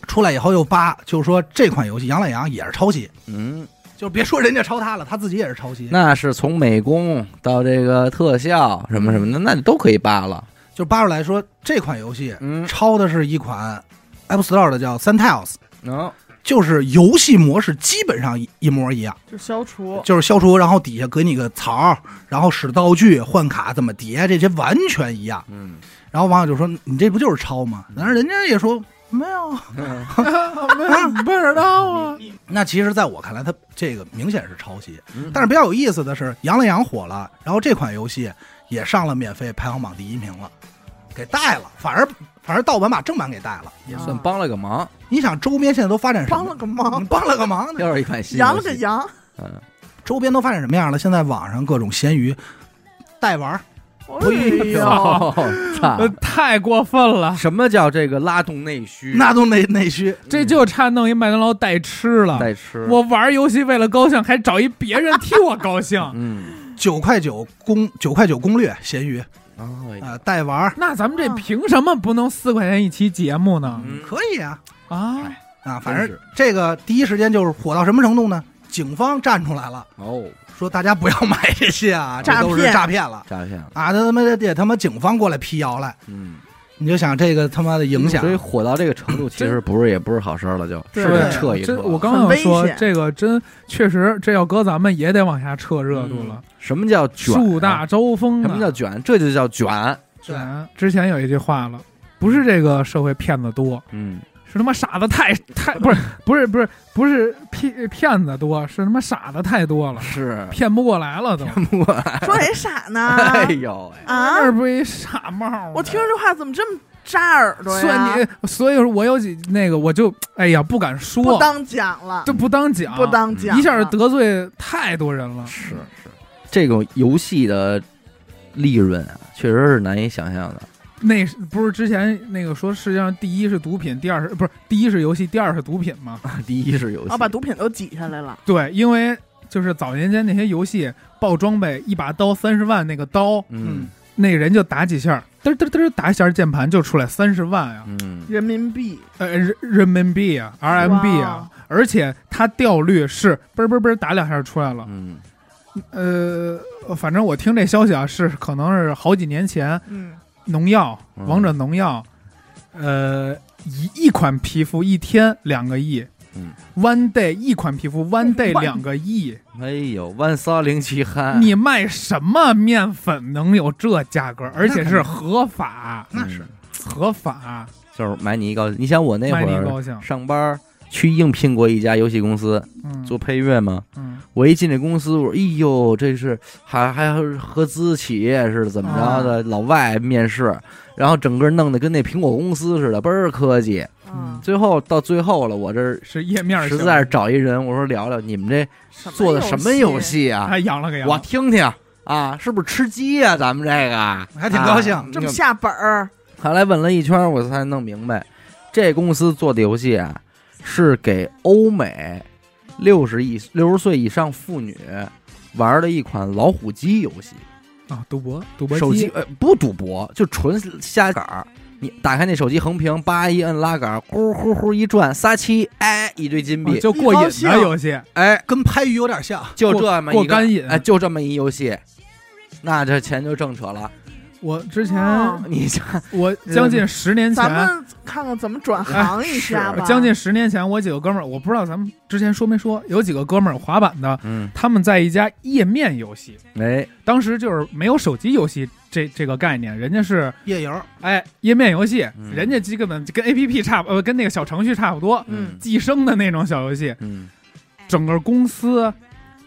出来以后又扒，就是说这款游戏《羊了羊》也是抄袭，
嗯，
就别说人家抄他了，他自己也是抄袭。
那是从美工到这个特效什么什么的，那你都可以扒了。
就扒出来说这款游戏
嗯，
抄的是一款 App Store 的叫 Sentiles，
能、
就是游戏模式基本上一一模一样。
就消除，
就是消除，然后底下给你个槽儿，然后使道具、换卡怎么叠，这些完全一样。
嗯，
然后网友就说：“你这不就是抄吗？”但是人家也说没有。
没 不知道啊，
那其实，在我看来，它这个明显是抄袭。
嗯
但是比较有意思的是，羊了羊火了，然后这款游戏也上了免费排行榜第一名了，给带了，反而反而盗版把正版给带了。
也算帮了个忙，
你想，周边现在都发展什
嗯帮
么
了？个忙
你，帮了个忙呢，
又是一款新游戏
羊了个，羊，
嗯，
周边都发展什么样了？现在网上各种闲鱼代玩儿，
哎呦，
哦，操！
呃太过分了，
什么叫这个拉动内需？
那都内内需。
这就差弄一麦当劳代吃了。
在吃，
我玩游戏为了高兴，还找一别人替我高兴，
嗯，
九块九攻九块九攻略，闲鱼
哦，
啊、带玩儿
那咱们这凭什么不能四块钱一期节目呢？
嗯
可以啊
啊，
啊，
真
反
是
正这个第一时间就是火到什么程度呢？警方站出来了，
哦，
说大家不要买这些啊，这
诈
都是
骗
诈骗了
诈骗了，
啊！他他妈的得他妈警方过来辟谣来，
嗯，
你就想这个他妈的影响
所，以火到这个程度，其实不是也不是好事儿了，就
对
是得
对
撤一撤
这
了。
我刚想
很危
说，
险
这个真确实，这要搁咱们也得往下撤热度了。
什么叫嗯卷啊？
树大招风啊，
什么叫卷？这就叫卷。啊
对
卷？之前有一句话了，不是这个社会骗子多，
嗯，
是他妈傻子太太不是不是不是不是骗骗子多，是他妈傻子太多了，
是
骗不过来了都。
我，
说谁傻呢？
哎呦喂，
啊，
二不一傻帽儿，
我听着这话怎么这么扎耳朵
所
呀？
以你，所以我有几那个，我就哎呀不敢
不
说，
当讲了
这，不当讲，嗯
不当讲了，
一下得罪太多人了。
是是，这种游戏的利润啊，确实是难以想象的。
那是不是之前那个说世界上第一是毒品，第二是不是第一是游戏，第二是毒品 吗？
第一是游戏，
啊，把毒品都挤下来了。
对，因为就是早年间那些游戏爆装备，一把刀三十万那个刀，
嗯
那人就打几下，嘚嘚嘚打一下键盘就出来三十万啊，
嗯
人民币
呃人人民币啊，RMB 啊，而且它掉率是嘣嘣嘣打两下出来了。
嗯，
呃，反正我听这消息啊，是可能是好几年前
嗯，
农药《
嗯
王者农药》呃，一一款皮肤一天两个亿，
嗯
，One Day 一款皮肤 One Day
One-
两个亿，
哎呦，万三零七憨，
你卖什么面粉能有这价格？而且是合法，
那是
合法，
嗯就是买你一高兴。你想我那
卖
会
你
儿
高兴。
上班儿去应聘过一家游戏公司
嗯，
做配乐嘛，
嗯，
我一进这公司，我说哎呦，这是还还是合资企业是怎么着的？老外面试，然后整个弄得跟那苹果公司似的，倍儿科技。
啊
嗯，
最后到最后了，我这儿
是页面
实
型
在是找一人，我说聊聊你们这做的什么游？戏啊？
哎
他哎养了个羊，
我听听啊，是不是吃鸡呀、咱们这个
还挺高兴
啊
这么下本儿，
后来问了一圈，我才弄明白，这公司做的游戏啊，是给欧美六十以六十岁以上妇女玩的一款老虎机游戏。
啊，赌博，赌博
手
机
机呃不赌博，就纯瞎杆儿。你打开那手机横屏，叭一摁拉杆儿，呼呼呼一转，仨七，哎，一堆金
啊
币，
就过
一高
瘾
兴
的游戏，
哎，
跟拍鱼有点像。
就这么一
过
个
过干瘾
哎，就这么一游戏，那这钱就挣扯了。
我之前
哦
你这
我将近十年前
咱，们看看怎么转行一下吧。
啊将近十年前，我几个哥们儿，我不知道咱们之前说没说，有几个哥们儿滑板的，
嗯，
他们在一家页面游戏，
哎，
当时就是没有手机游戏这这个概念，人家是
夜游，
哎页面游戏，
嗯
人家基本跟 A P P 差不呃跟那个小程序差不多，
嗯
寄生的那种小游戏，
嗯
整个公司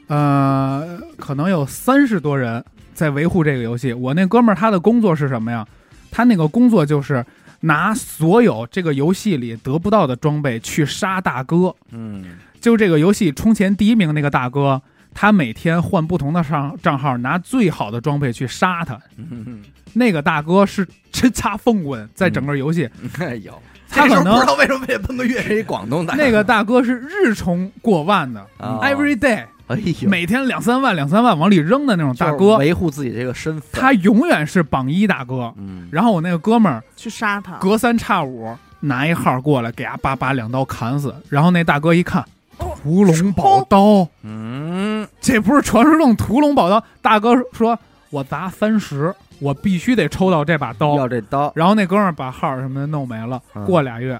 呃可能有三十多人在维护这个游戏。我那哥们儿他的工作是什么呀？他那个工作就是。拿所有这个游戏里得不到的装备去杀大哥，
嗯
就这个游戏充钱第一名那个大哥，他每天换不同的账账号，拿最好的装备去杀他。
嗯，
那个大哥是叱咤风云，在整个游戏，
哎呦，
他
这时
可
候不知
能
道为什么也喷个粤
这一
语，
广东大
那个，大哥是日充过万的、
哦
e v e r y day，
哎呦，
每天两三万、两三万往里扔的那种
就是
大哥，
维护自己这个身份，
他永远是榜一大哥。
嗯，
然后我那个哥们儿
去杀他，
隔三差五拿一号过来，给他叭叭两刀砍死。然后那大哥一看，
哦
屠龙宝刀。
嗯，
这不是传说中屠龙宝刀。大哥说：“我砸三十，我必须得抽到这把刀
要。这刀”，
然后那哥们儿把号什么的弄没了
嗯。
过俩月，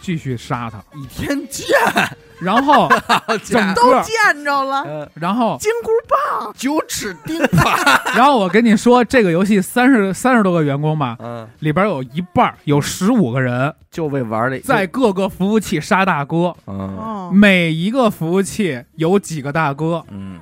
继续杀他。
一天见，
然后， 整
都
个，
见着了，
呃
然后，
金箍棒
九齿钉耙，
然后我跟你说，这个游戏三十三十多个员工吧，
嗯，
里边有一半儿有十五个人
就为玩这
在，各个服务器杀大哥，
嗯
哦，
每一个服务器有几个大哥
嗯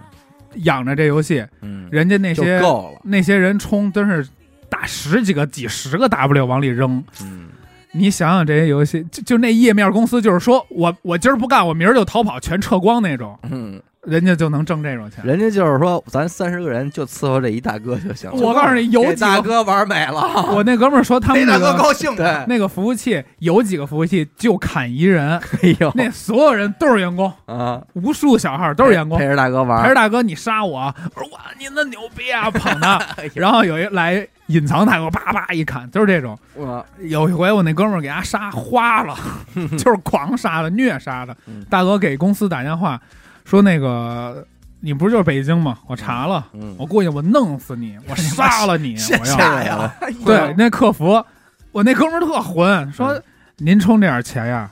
养着这游戏，
嗯，
人家那
就
些
够了，
那些人冲真是打十几个、几十个 W 往里扔。
嗯，
你想想这些游戏，就就那页面公司，就是说我我今儿不干，我明儿就逃跑，全撤光那种，
嗯，
人家就能挣这种钱。
人家就是说，咱三十个人就伺候这一大哥就行了。
我告诉你，有
给
几
大
个，
哥玩美了，
我那哥们儿说他
那
们那
大哥
个
高兴
对，
的。
哎
那个服务器有几个服务器就砍一人，
哎呦，
那所有人都是员工，
啊，
无数小号都是员工
陪。着大哥
还
玩
是，大哥，你杀我！我说哇，您那牛逼啊，捧他。
哎
然后有一来隐藏大哥，叭叭一砍，就是这种。
我
有一回我那哥们儿给他杀花 了，就是狂杀的、虐杀的
嗯。
大哥给公司打电话说：“那个你不是就是北京吗？我查了，
嗯，
我过去我弄死 你，我杀了你，
线
我要
下呀，
哎呦
对，那客服，我那哥们儿特混，
嗯
说您充这点钱呀，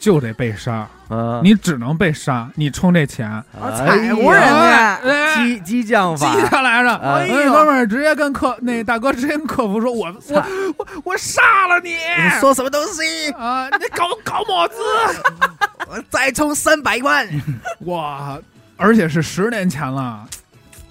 就得被杀，
嗯，
你只能被杀，你充这钱，
我
哎
踩
呀
过人啊家，
哎
激激将
激
法，
他来着，
哎嗯
呦
我那哥们儿直接跟客那大哥直接跟客服说，我我我我杀了你，
你说什么东西？
啊，你搞搞么子？
我再充三百万，
哇，而且是十年前了。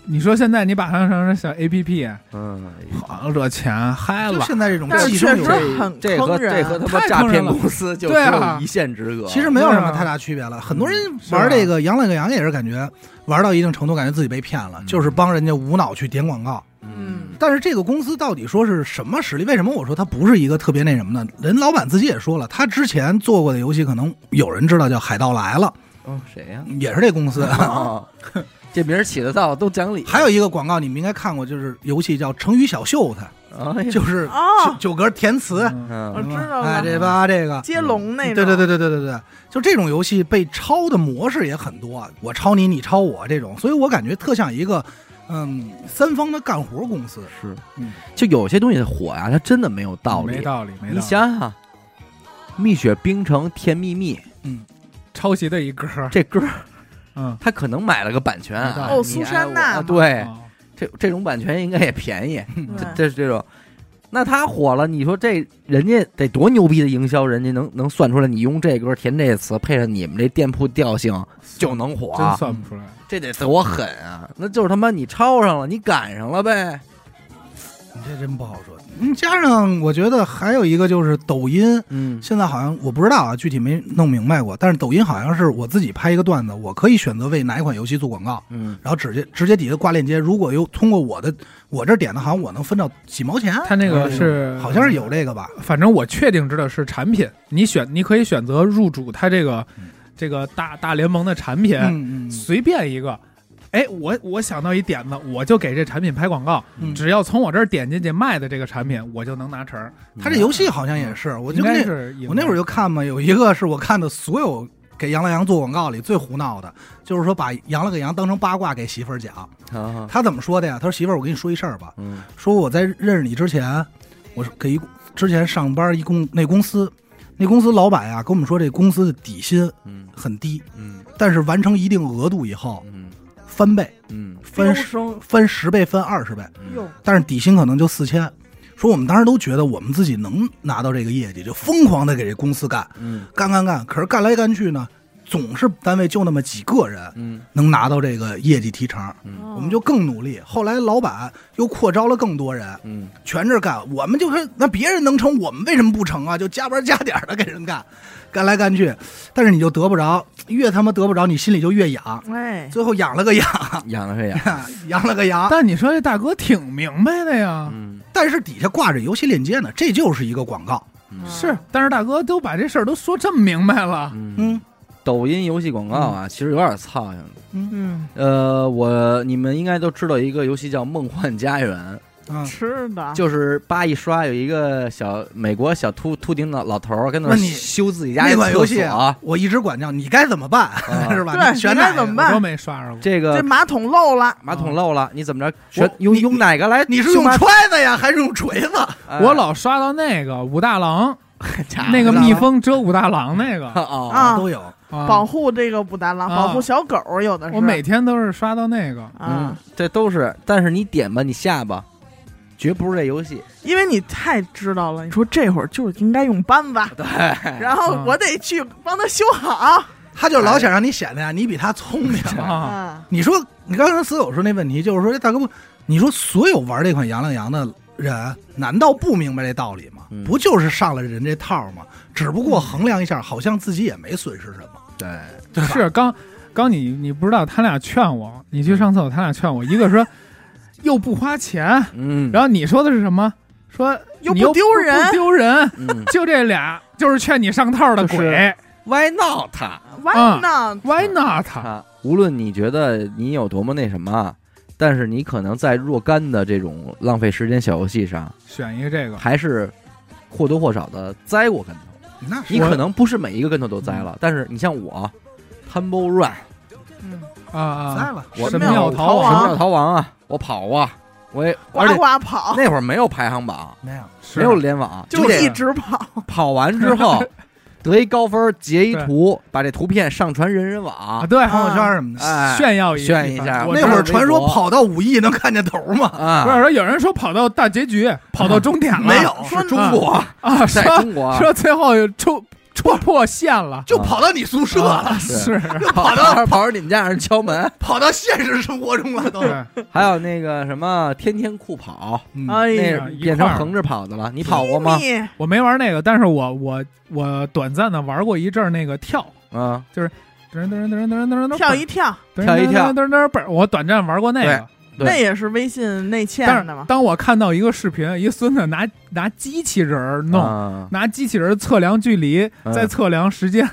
你说现在你把它弄成小 A P P，
嗯，
好这钱嗨
就
了，
现在这种
但是
寄生
确
游
实
戏，
很
这和
坑人
这和他妈
太
诈
坑人
骗
了
公司就只
对啊
有一线之隔。
其实没有什么太大区别了。很多人玩这个养懒个羊也是感觉玩到一定程度，感觉自己被骗了，
嗯
就是帮人家无脑去点广告。
嗯，
但是这个公司到底说是什么实力？为什么我说它不是一个特别那什么呢？人老板自己也说了，他之前做过的游戏，可能有人知道叫《海盗来了
哦，谁呀、》，
也是这公司。
哦，这名儿起的造都讲理。
还有一个广告，你们应该看过，就是游戏叫《成语小秀》， 它
哎呀，
就是九
哦，
九格填词，
嗯
我
嗯
知道
哎，
了，
这吧这个，
接龙那
对
种，
对对对对对对，就这种游戏被抄的模式也很多，啊我抄你，你抄我这种，所以我感觉特像一个嗯三方的干活公司。
是
嗯，
就有些东西火呀、它真的没有道理。
没道理，没道理。
你想想，蜜雪冰城《甜蜜蜜》
抄袭的一歌，
这歌儿，
嗯，
他可能买了个版权
没道
啊。
理
哦
你
苏
爱
珊
我
娜
啊
嘛
哎
对，
哦
这这种版权应该也便宜，
对
这是这种。那他火了，你说这人家得多牛逼的营销，人家能能算出来，你用这歌填这词，配上你们这店铺调性就能火，
真算不出来。
这得多狠啊！那就是他妈你抄上了，你赶上了呗。
你这真不好说。嗯，加上我觉得还有一个就是抖音，
嗯
现在好像我不知道啊，具体没弄明白过。但是抖音好像是我自己拍一个段子，我可以选择为哪一款游戏做广告，
嗯，
然后直接直接底下挂链接。如果有通过我的我这点的，好像我能分到几毛钱。
他那个是
嗯好像是有这个吧？
反正我确定知道是产品，你选你可以选择入主它这个这个大大联盟的产品，
嗯嗯嗯
随便一个。哎，我我想到一点子，我就给这产品拍广告，
嗯，
只要从我这儿点进去卖的这个产品，我就能拿成儿。
嗯
他这游戏好像也是，我
应
就
该
那
是
我那会儿就看嘛，有一个是我看的所有给杨乐阳做广告里最胡闹的，就是说把杨乐阳当成八卦给媳妇儿讲。
好好，
他怎么说的呀？他说媳妇儿，我跟你说一事儿吧，
嗯
说我在认识你之前，我是给一之前上班一公那公司，那公司老板呀跟我们说这公司的底薪
嗯
很低，
嗯
但是完成一定额度以后
嗯
翻倍，
嗯
翻
飙
十
升
翻十倍，翻二十倍，
哟，
但是底薪可能就四千。说我们当时都觉得我们自己能拿到这个业绩，就疯狂的给这公司干，
嗯
干干干。可是干来干去呢，总是单位就那么几个人
嗯
能拿到这个业绩提成，
嗯
我们就更努力。后来老板又扩招了更多人，
嗯，
全这干，我们就是那别人能成，我们为什么不成啊？就加班加点的给人干，干来干去，但是你就得不着，越他妈得不着，你心里就越痒，
哎，
最后痒了个痒，
养了是养，
痒了个痒。
但你说这大哥挺明白的呀，
嗯
但是底下挂着游戏链接呢，这就是一个广告。
嗯
是，但是大哥都把这事儿都说这么明白了，
嗯，
嗯
抖音游戏广告啊，其实有点操性的。
嗯，
呃，我你们应该都知道一个游戏叫《梦幻家园》，
啊，
吃的
就是叭一刷有一个小美国小秃秃顶老老头儿跟那
那
儿
你
修自己家
那款游戏
啊，，
我一直管叫你该怎么办，
啊
是吧？
对
你选
你
哪
该
一个
怎么办
我都没刷着过。
这
这
个
马桶 漏了，
马桶漏了，你怎么着？
啊我
选用
你
用哪个来？
你是用揣子呀，还是用锤子？
啊
哎
我老刷到那个武大郎，
假
那个
的
蜜蜂�遮武大郎那个
啊
啊
都有。
啊
保护这个武大郎，
啊
保护小狗，有的是
我每天都是刷到那个，
嗯
啊，，
这都是，但是你点吧，你下吧，绝不是这游戏。
因为你太知道了，你说这会儿就是应该用扳子，
对，啊
然后
嗯
我得去帮他修好
他就老想让你显得呀，你比他聪明。
哎
啊，
啊，
你说你刚才死友说那问题，就是说这大哥不，你说所有玩这款杨亮羊的人，难道不明白这道理吗
嗯？
不就是上了人这套吗？只不过衡量一下，好像自己也没损失什么。
对，
对吧
是刚刚你你不知道，他俩劝我，你去上厕所，他俩劝我，一个说又不花钱，
嗯，
然后你说的是什么？说
又
你
不
又
丢人
不丢人，
嗯
就这俩就是劝你上套的
就是
鬼
，Why not？
完呢，
，Why not？
啊，无论你觉得你有多么那什么，啊但是你可能在若干的这种浪费时间小游戏上，
啊
选一个这个，
还是或多或少的栽过跟头。
那
你
我嗯
可能不是每一个跟头都栽了，但是你像我，Tumble Run，
嗯
啊啊
栽！了，
我
神
庙
庙逃
什么
亡
叫逃亡啊？我跑啊，我也
呱
而且
呱
啊
跑，
那会儿没有排行榜，
没有。
没有联网，
就
得
一直跑，
跑完之 后得一高分，截一图，把这图片上传人人
啊，
网，
对，
朋友圈什么的，
哎，
炫耀一
炫一下
我
哎
那会
我
儿
知道
传
微
说
博
跑到五亿能看见头吗？
不是
啊，
说有人说跑到大结局，跑到终点了，
没有
说
中国，
啊？
在
说
中国
说最后冲冲破线了，
就跑到你宿舍了，
是，
就跑 到
跑到你们家人敲门，
跑到现实生活中了都。
对，
还有那个什么天天酷跑，
嗯
哎
那
呀，
是
一
变
块
成
儿
横着跑的了，你跑过 吗？
咪
我没玩那个，但是我我我短暂的玩过一阵儿那个跳，
啊，
噔噔噔噔噔噔噔，
跳一跳，
噔噔噔噔，不是我短暂玩过那个，
对
那也是微信内嵌
但
的嘛
是。当我看到一个视频，一孙子拿拿机器人儿弄，
啊
拿机器人测量距离，
嗯
再测量时间，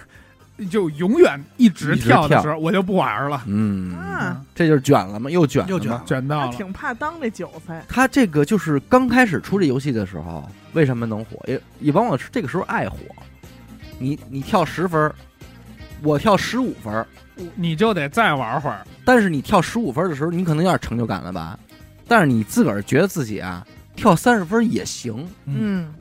就永远一直
一直
跳的
跳
时候，我就不玩了。
嗯，
啊，
这就是卷了嘛，又卷
又
了
卷
嘛
了
卷到
还
了，
挺怕当这韭菜。
它这个就是刚开始出这游戏的时候，为什么能火？也也往往是这个时候爱火。你你跳十分儿，我跳十五分儿，
你就得再玩会儿。
但是你跳十五分儿的时候，你可能有点成就感了吧？但是你自个儿觉得自己啊，跳三十分儿也行。
嗯，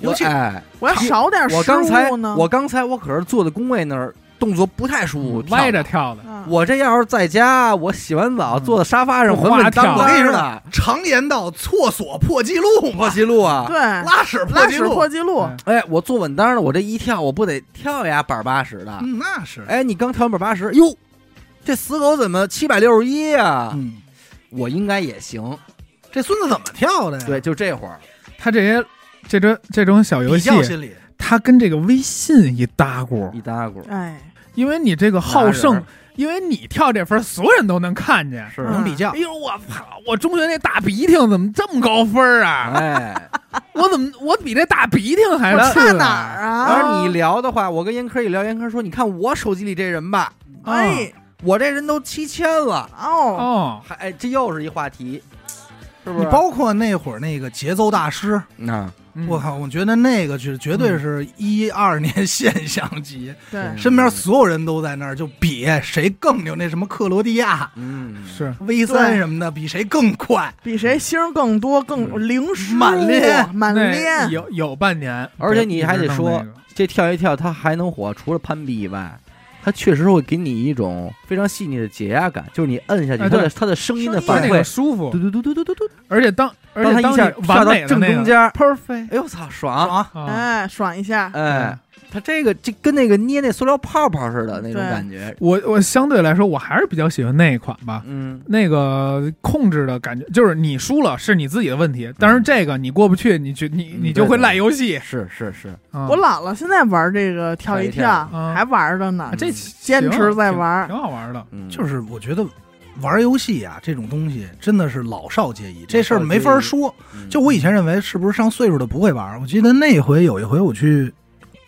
尤其
我哎，
我要少点
我刚才
失误呢。
我刚才我可是坐在工位那儿，动作不太舒服，跳
嗯歪着。跳的，
啊
我这要是在家，我洗完澡
嗯
坐在沙发上，
不
稳
花
稳
跳
当
我跟
当
你说
的，
常言道，厕所破纪录嘛
破，纪录啊！
对拉
拉屎破纪
屎
录
破，纪录
哎，
哎，我坐稳当的，我这一跳，我不得跳呀，板八十的。
嗯，那是，
哎，你刚跳完板八十，哟，这死狗怎么七百六十一呀？
嗯，哎
我应该也行。
这孙子怎么跳的呀？
对，，就这会儿，
他这些这种这种小游
比
戏，
较心理，
他跟这个微信一搭咕，
一搭咕，
哎，
因为你这个好
拿
胜
人，
因为你跳这分儿，所有人都能看
啊
见。
是
能比较
哎。呦，我操！我中学那大鼻涕怎么这么高分
嗯
儿啊？
哎，
我怎么我比这大鼻涕还
我
次
差
啊
哪儿？啊？
然后你聊的话，我跟严科一聊，严科说：“你看我手机里这人吧，
哎
我这人都七千了，
哦，
哦，
还哎，这又是一话题，是不
你
是？”啊
包括那会儿那个节奏大师，
那
嗯
我靠，我觉得那个是绝对是一二年 现象级，
对，
身边所有人都在那儿就比谁更牛，那什么克罗地亚、
嗯，
是
V 三什么的，比谁更快。
比谁星更多，更零失误
满练
满
那
练，
有有半年，
而且你
对一直
还得
弄
说
那个
这跳一跳，它还能火，除了攀比以外。它确实会给你一种非常细腻的解压感，就是你摁下去，
哎
它
对
的它的声音的
声音
反
他那
馈
个，舒服
嘟，嘟嘟嘟嘟嘟嘟，
而且当而
当
且
它一下跳
当你完
到
美的
正
那个
中间儿，
perfect，
哎呦我操，爽！
啊，
啊，
哎，爽一下，
哎，它这个这跟那个捏那塑料泡泡似的那种
对
感觉，
我我相对来说我还是比较喜欢那一款吧。
嗯，
那个控制的感觉，就是你输了是你自己的问题，但是这个你过不去，你去你
嗯
你就
对
会
的
赖游戏。
是是是，
啊
我姥姥现在玩这个跳一跳
跳，
嗯
还玩着呢
啊。这
嗯
行
坚持在玩儿
挺挺好玩的。
嗯，
就是我觉得玩游戏啊这种东西真的是老少皆宜，这事儿没法说。
嗯
就我以前认为是不是上岁数的不会玩，我记得那回有一回我去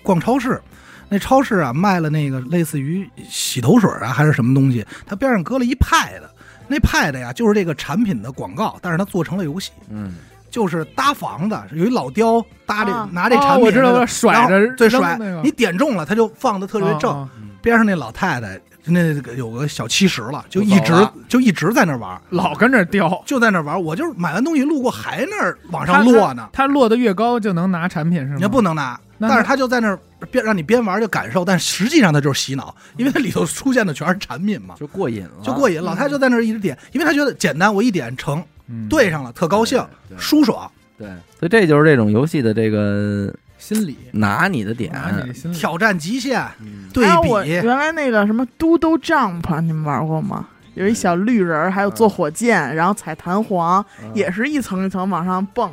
逛超市。那超市啊，卖了那个类似于洗头水啊，还是什么东西，它边上搁了一 pad，那 pad 呀就是这个产品的广告，但是它做成了游戏，
嗯，
就是搭房子，有一老雕搭这、
啊
拿这
哦
产品，
我知道了，甩着
对
扔
甩
那个，
你点中了，它就放的特别正，
啊，啊
嗯
边上那老太太，那个有个小七十了，就一直
就走了
就一直在那玩，
老跟这儿 叼。
就在那玩。我就是买完东西路过，还那儿往上落呢。
它落的越高就能拿产品是吗？
你不能拿，
那
但是他就在那儿边让你边玩就感受，但实际上他就是洗脑，
嗯
因为它里头出现的全是产品嘛，
就过瘾
啊
了，
就过瘾。
嗯
老太太就在那儿一直点，因为她觉得简单，我一点成，
嗯
对上了，特高兴，
对，
舒爽，
对，对所以这就是这种游戏的这个
心理，
拿你的点，
拿你的心理
挑战极
啊
限，
嗯
对
还有我
比。
原来那个什么嘟嘟 jump，你们啊玩过吗？有一小绿人儿，还有坐火箭，然后踩弹簧，
嗯
也是一层一层往上蹦。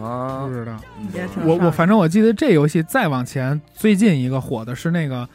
啊
不，知道。
嗯
也挺
我
上
我反正我记得这游戏再往前，最近一个火的是那个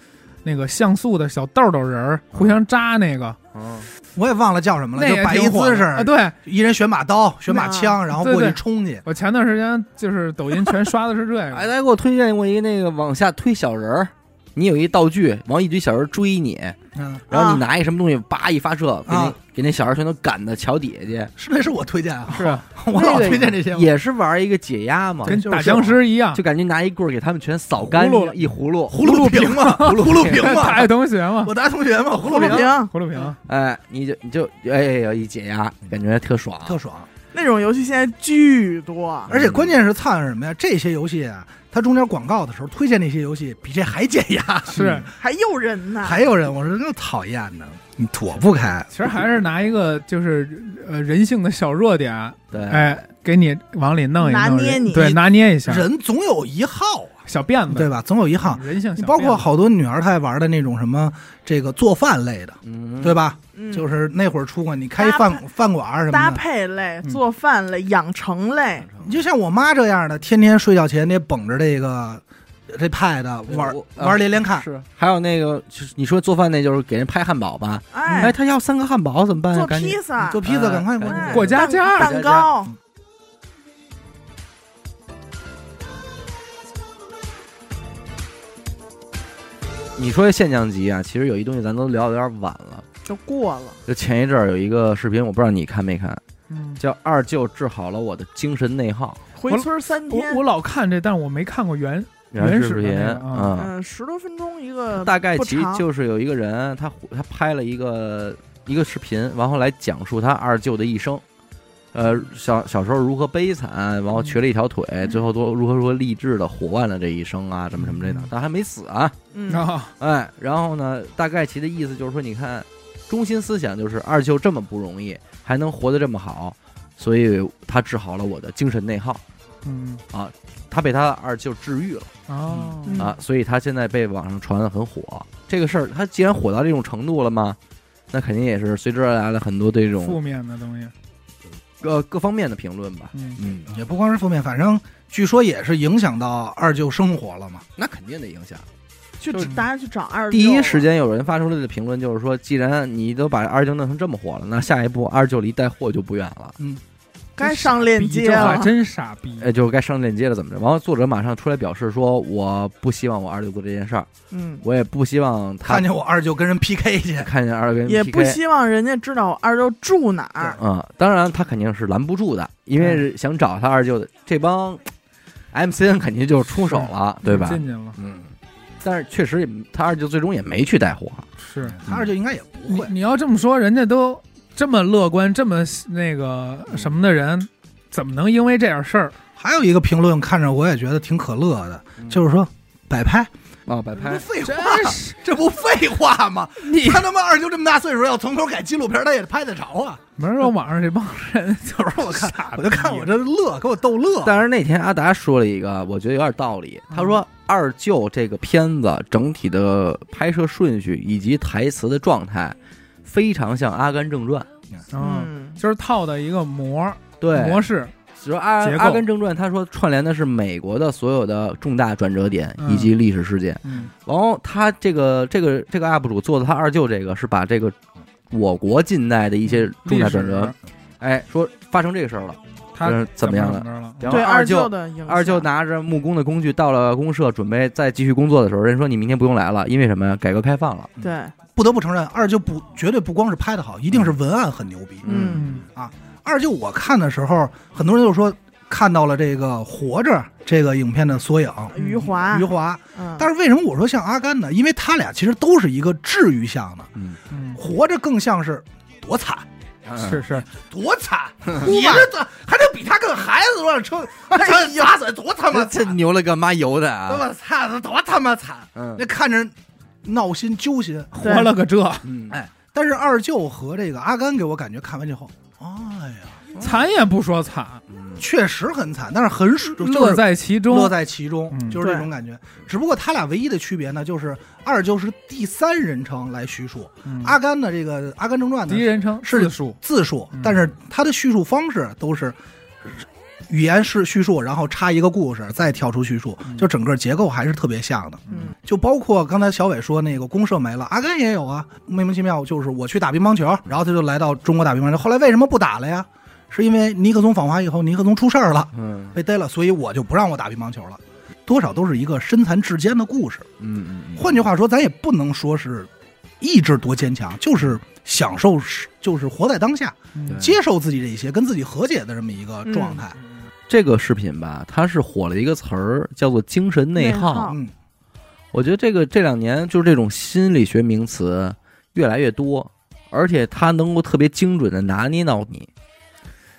那个像素的小豆豆人儿互相扎那个，
嗯
我也忘了叫什么了，
那
就
也
摆一
挺火的
姿势，
啊。对
一人选把刀，选把枪，然后过
对
去
对
冲去。
我前段时间就是抖音全刷的是这 个，
哎，他给我推荐过一那个往下推小人儿，你有一道具，往一堆小人儿追你，
嗯，
然后你
啊
拿一什么东西叭一发射，给那、
啊
给那小孩全都赶到桥底下去。
是那是我推荐啊，
是啊
我老
那个
推荐这些。
也是玩一个解压嘛，
跟
就是
打僵尸一样
就，感觉拿一棍儿给他们全扫干
葫芦
净，一葫芦，
葫芦瓶嘛，葫芦瓶
大
嘛
爱，同学嘛，
我大学同 学嘛，葫芦
葫芦
瓶
瓶
葫芦瓶，
哎，你就你就哎呀一解压，感觉特爽，
特爽。
那种游戏现在巨多，
而且关键是灿是什么呀？这些游戏啊，它中间广告的时候推荐那些游戏，比这还解 压。
是，
还诱人呢。
还有人，我说更讨厌呢，你躲不开。
其实还是拿一个就是呃人性的小弱点，
对，
哎，给你往里弄一弄，
拿捏你
对，拿捏一下，
人总有一号啊，嗯
小辫子，
对吧？总有一号。
人性小辫子，
你包括好多女孩，她爱玩的那种什么这个做饭类的，
嗯，
对吧？
嗯
就是那会儿出过，你开饭饭馆儿什
搭
么的，
配类、
嗯
做饭类、养成类，
哎你就像我妈这样的，天天睡觉前得绷着这个这 Pad 玩
我啊
玩连连看，
是
还有那个，就是你说做饭那，就是给人拍汉堡吧？哎，
哎，
他要三个汉堡怎么办呀？
做
哎赶紧
披萨
做、披萨
哎
赶快
赶紧
过
过家
蛋
家
过家
蛋糕，
你说现象级啊，其实有一东西咱都聊的有点晚了。
就过了。
就前一阵儿有一个视频，我不知道你看没看，
嗯，
叫《二舅治好了我的精神内耗
回村三
我
天
我，老看这，但是我没看过
嗯
原》
原视
原始的
频
那个啊呃
嗯，
嗯，十多分钟一个，
大概
不
其
长
就是有一个人，他他拍了一个一个视频，然后来讲述他二舅的一生。呃，小小时候如何悲惨，然
嗯
后瘸了一条腿，最后多如何如何励志的活完了这一生啊，怎么怎么这的
嗯，
但还没死啊，
嗯，
啊，
哎，然后呢，大概其的意思就是说，你看，中心思想就是二舅这么不容易，还能活得这么好，所以他治好了我的精神内耗，
嗯
他被他二舅治愈了。
哦，
嗯
啊，所以他现在被网上传的很火。这个事儿，他既然火到这种程度了嘛，那肯定也是随之而来了很多这
负
种
面的东西，
各各方面的评论吧。
嗯，
嗯，也不光是负面，反正据说也是影响到二舅生活了嘛。
那肯定得影响。
去
就是
大家去找二
第
舅
一
了
时间有人发出来的评论就是说，既然你都把二舅弄成这么火了，那下一步二舅离带货就不远了。
该上链接
这话
了，
真傻逼，
哎，就该上链接了，怎么着？然后作者马上出来表示说，我不希望我二舅做这件事儿，
嗯，
我也不希望他
看见我二舅跟人 PK 去，
看见二舅跟人
也
PK
不希望人家知道我二舅住哪儿，
嗯，当然他肯定是拦不住的，因为是想找他二舅的这帮 MCN 肯定就出手了，对吧？
进去了，
嗯，但是确实也他二舅最终也没去带货，
是
嗯
他二舅应该也不
你
会。
你要这么说，人家都这么乐观，这么那个什么的人，怎么能因为这点事儿？
还有一个评论看着我也觉得挺可乐的，
嗯
就是说摆拍，
哦，摆
这不
拍，
哎
废话，
真是
这不废话 吗？
你
他他妈二舅这么大岁数，要从头改纪录片，他也拍得着啊。
没说网上这帮人
有时候我看，我就看我这乐，给我逗乐。
啊 但是那天阿达说了一个，我觉得有点道理。他说二舅这个片子整体的拍摄顺序以及台词的状态，非常像《阿甘正传》。
嗯，
嗯，
就是套的一个模模
对，
式，
只说《阿
结构
阿甘正传》，他说串联的是美国的所有的重大转折点
嗯
以及历史事件。
嗯，
然后他这个这个这个 UP 主做的他二舅这个是把这个我国近代的一些重大转折，哎，说发生这个事儿了，
他
就是怎么样
了
了？？然后
对
二
舅
舅
的影响，
二舅拿着木工的工具到了公社，准备再继续工作的时候，人说你明天不用来了，因为什么呀？改革开放了。
对，
不得不承认，二舅不绝对不光是拍的好，一定是文案很牛逼。
嗯
嗯，
二舅我看的时候，很多人就说看到了这个《活着》这个影片的缩影，
余华
啊
余，华。
嗯，
但是为什么我说像阿甘呢？因为他俩其实都是一个治愈向的，
嗯，
嗯，
活着更像是多惨
是是，
多惨，你这怎还能比他更孩子多少 车
哎
车打死多他妈
这
惨，
牛了个妈油的
多
啊！
么惨，多他妈惨，
嗯
那看着闹心揪心。
活了个这，
嗯
哎，但是二舅和这个阿甘给我感觉看完以后，哎呀，
惨也不说惨，
确实很惨，但是很爽就
乐
是。
在其中，
乐在其中，
嗯
就是这种感觉。只不过他俩唯一的区别呢，就是二舅是第三人称来叙述，
嗯
阿甘的这个《阿甘正传》
第一
呢
人称
是
自述，
字数
嗯，
但是他的叙述方式都是语言是叙述，然后插一个故事，再跳出叙述
嗯，
就整个结构还是特别像的。
嗯，
就包括刚才小伟说那个公社没了，阿甘也有啊，莫名其妙就是我去打乒乓球，然后他就来到中国打乒乓球，后来为什么不打了呀？是因为尼克松访华以后，尼克松出事儿了，
嗯
被逮了，所以我就不让我打乒乓球了。多少都是一个身残志坚的故事。
嗯嗯，
换句话说，咱也不能说是意志多坚强，就是享受，就是活在当下，
哎
嗯
接受自己这一些，跟自己和解的这么一个状态。
这个视频吧，它是火了一个词儿，叫做精神内
内
耗
耗。
嗯，
我觉得这个这两年就是这种心理学名词越来越多，而且它能够特别精准的拿捏到你。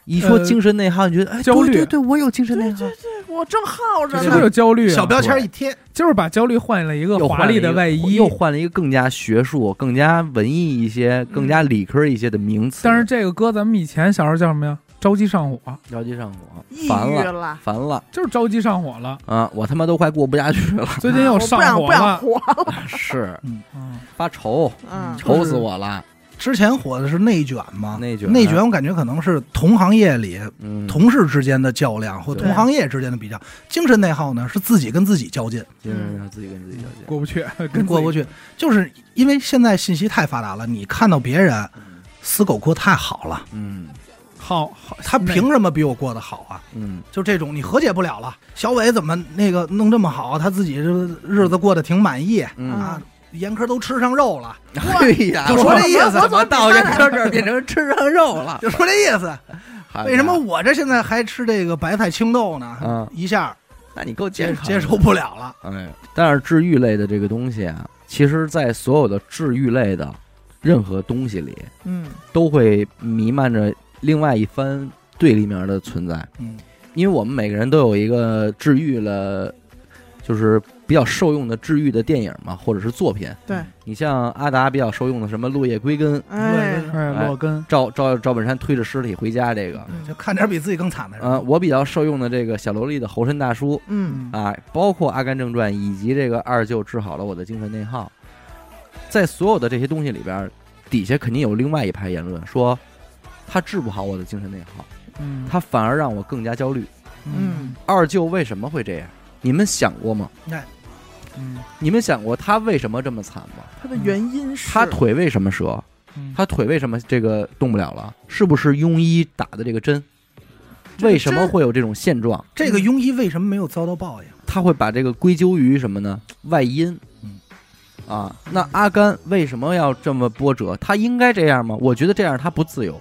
一说
呃
精神内耗，你觉得哎，
焦虑
对对对，我有精神内
对
耗。
对对，我正耗着
是
这
不是
呢，
有焦虑啊？
小标签一贴，
就是把焦虑换了一个
又
华
换了
丽
一
的
个
外衣，啊
又换了一个更加学术、更加文艺一些、更
嗯
加理科一些的名词。
但是这个歌咱们以前小时候叫什么呀？着急上火，
着急上火，
抑
烦
郁
了，
了，
烦了
就是着急上火了。
啊！我他妈都快过不下去了，
最近又
啊我不
上
想
火
不想
了，
活了，
是
嗯，
发愁，
嗯
愁死我了。
之前火的是内卷嘛，
内卷
内卷我感觉可能是同行业里
嗯，
同事之间的较量或
对
同行业之间的比较，精神内耗呢是自己跟自己较劲，
精神上自己跟自己较劲，
过不去，跟
过不
去。
去，就是因为现在信息太发达了，你看到别人死狗过太好了，
嗯
好好，
他
那
凭什么比我过得好啊？
嗯，
就这种你和解不了了，小伟怎么那个弄这么好，他自己这日子过得挺满意
嗯，
啊，严科都吃上肉了，
哎呀，
就说这意思
我怎么到这到这儿变成吃上肉 了？哎
就说这意思。
好家伙
为什么？我这现在还吃这个白菜青豆呢？
嗯
一下
那你够
接
健康的
接受不了了。
哎，但是治愈类的这个东西啊，其实，在所有的治愈类的任何东西里，
嗯，
都会弥漫着另外一番对立面的存在。
嗯，
因为我们每个人都有一个治愈了，就是比较受用的治愈的电影嘛，或者是作品。
对，
你像阿达比较受用的什么《落叶归根》，
哎，
哎
哎
落根，
赵赵赵本山推着尸体回家这
嗯
个，
就看点比自己更惨的嗯人。
呃，我比较受用的这个小萝莉的猴神大叔，
嗯，
嗯，
啊，包括《阿甘正传》以及这个二舅治好了我的精神内耗，在所有的这些东西里边儿，底下肯定有另外一派言论说，他治不好我的精神内耗，
嗯，
他反而让我更加焦虑。
嗯
二舅为什么会这样？你们想过吗？
嗯
你们想过他为什么这么惨吗？
它的原因是
他腿为什么折？
嗯，
他腿为什么这个动不了了？是不是庸医打的这个针？为什么会有这种现状？
这个庸医为什么没有遭到报应？啊
他会把这个归咎于什么呢？外因
嗯。
啊，那阿甘为什么要这么波折？他应该这样吗？我觉得这样他不自由。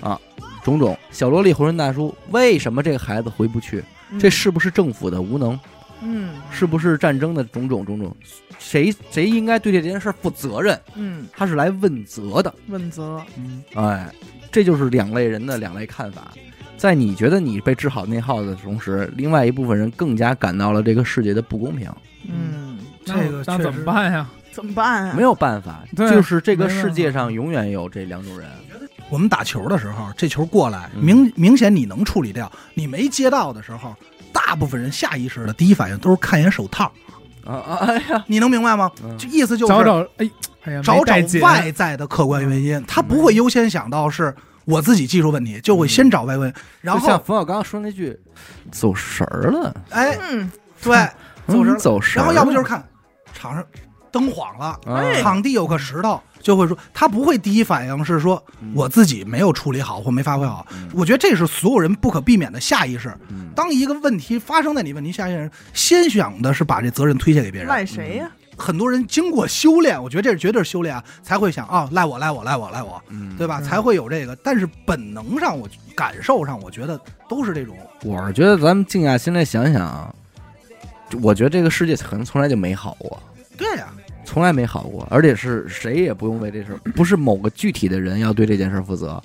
啊，种种小萝莉、浑身大叔，为什么这个孩子回不去？这是不是政府的无能？
嗯
是不是战争的种种种种？谁谁应该对这件事负责任？
嗯
他是来问责的。
问责
嗯
哎，这就是两类人的两类看法。在你觉得你被治好内耗的同时，另外一部分人更加感到了这个世界的不公平。
嗯
那
这个
那
确
怎么
实
办呀？
怎么办啊？
没有办法，
对
就是这个
没办法
世界上永远有这两种人。
我们打球的时候，这球过来，
嗯
明明显你能处理掉，你没接到的时候，大部分人下意识的第一反应都是看一眼手套，
啊啊！哎呀，
你能明白吗？
嗯
就意思就是
找找哎哎呀，
找
没
找
带劲
外在的客观原因，他不会优先想到是我自己技术问题，就会先找外问，然
就像
后
冯小刚说那句“走神儿了
哎，
嗯，
对，”，走
嗯
神儿了，
走神
然
儿
后
了。
要不就是看场上灯晃了，
哎
场地有个石头，就会说他不会第一反应是说
嗯
我自己没有处理好或没发挥好
嗯，
我觉得这是所有人不可避免的下意识。
嗯
当一个问题发生在你问题下一人，先想的是把这责任推卸给别人。
赖谁呀？
很多人经过修炼，我觉得这是绝对是修炼啊，才会想啊、赖我赖我赖我赖我，
嗯
对吧？
嗯
才会有这个。但是本能上我，感受上，我觉得都是这种。
我是觉得咱们静下心来想想啊，就我觉得这个世界可能从来就没好过，
对呀、
从来没好过，而且是谁也不用为这事儿， 不是某个具体的人要对这件事儿负责，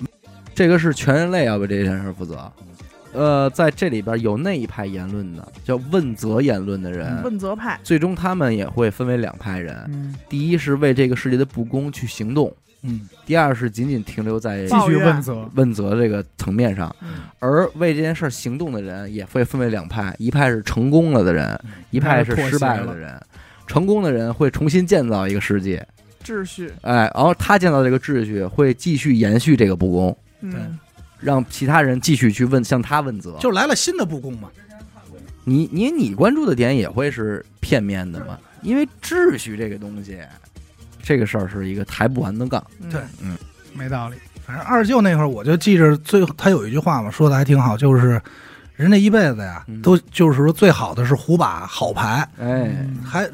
这个是全人类要为这件事儿负责。呃，在这里边有那一派言论的，叫问责言论的人，
问责派，
最终他们也会分为两派人，
嗯，
第一是为这个世界的不公去行动，
嗯，
第二是仅仅停留在
继
抱
续
怨
问责，
问责这个层面上。
嗯
而为这件事儿行动的人也会分为两派，一派是成功了的人
嗯，
一派是失败了的人。成功的人会重新建造一个世界，
秩序，
哎，然后他建造这个秩序会继续延续这个不公，
嗯
让其他人继续去问向他问责。
就来了新的不公嘛。
你你你关注的点也会是片面的嘛，因为秩序这个东西，这个事儿是一个抬不完的杠。
嗯
对
没道理。
反正二舅那会儿，我就记着最后他有一句话嘛，说的还挺好，就是人这一辈子呀，
嗯
都就是说最好的是胡把好牌，
哎，
嗯
还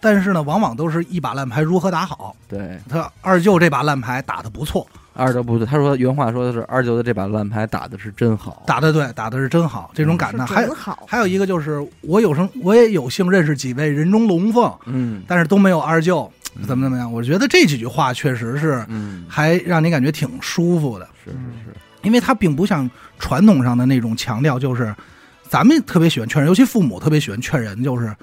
但是呢，往往都是一把烂牌如何打好。
对，
他二舅这把烂牌打的不错，
二舅不对，他说原话说的是二舅的这把烂牌打的是真好，
打的对，打的嗯是真好，这种感
是
叹。啊还有
真好，
还有一个就是，我有生我也有幸认识几位人中龙凤，
嗯
但是都没有二舅
嗯
怎么怎么样。我觉得这几句话确实是
嗯，
还让你感觉挺舒服的。
是是是，
因为它并不像传统上的那种强调，就是咱们特别喜欢劝人，尤其父母特别喜欢劝人，就是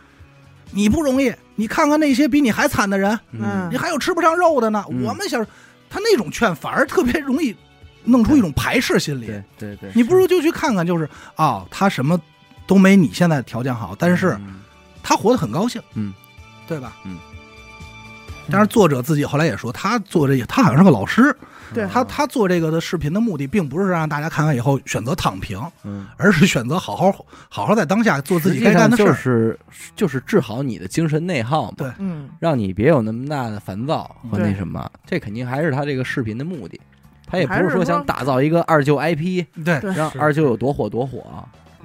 你不容易，你看看那些比你还惨的人，
嗯
你还有吃不上肉的呢。
嗯
我们小时候他那种劝反而特别容易弄出一种排斥心理
对，对对，
你不如就去看看，就是啊、他什么都没你现在条件好，但是
嗯
他活得很高兴，
嗯，
对吧？
嗯。
但是作者自己后来也说，他做这他好像是个老师，
嗯
对
他他做这个的视频的目的，并不是让大家看完以后选择躺平，
嗯，
而是选择好好好好在当下做自
实
己
际
该干
上
的事
就
儿。
是就是治好你的精神内耗嘛，
对
嗯，
让你别有那么大的烦躁和那
对
什么，这肯定还是他这个视频的目的。他也不
还是
说
说
想打造一个二舅 IP，
对，
对
让
是
二舅有多火多火。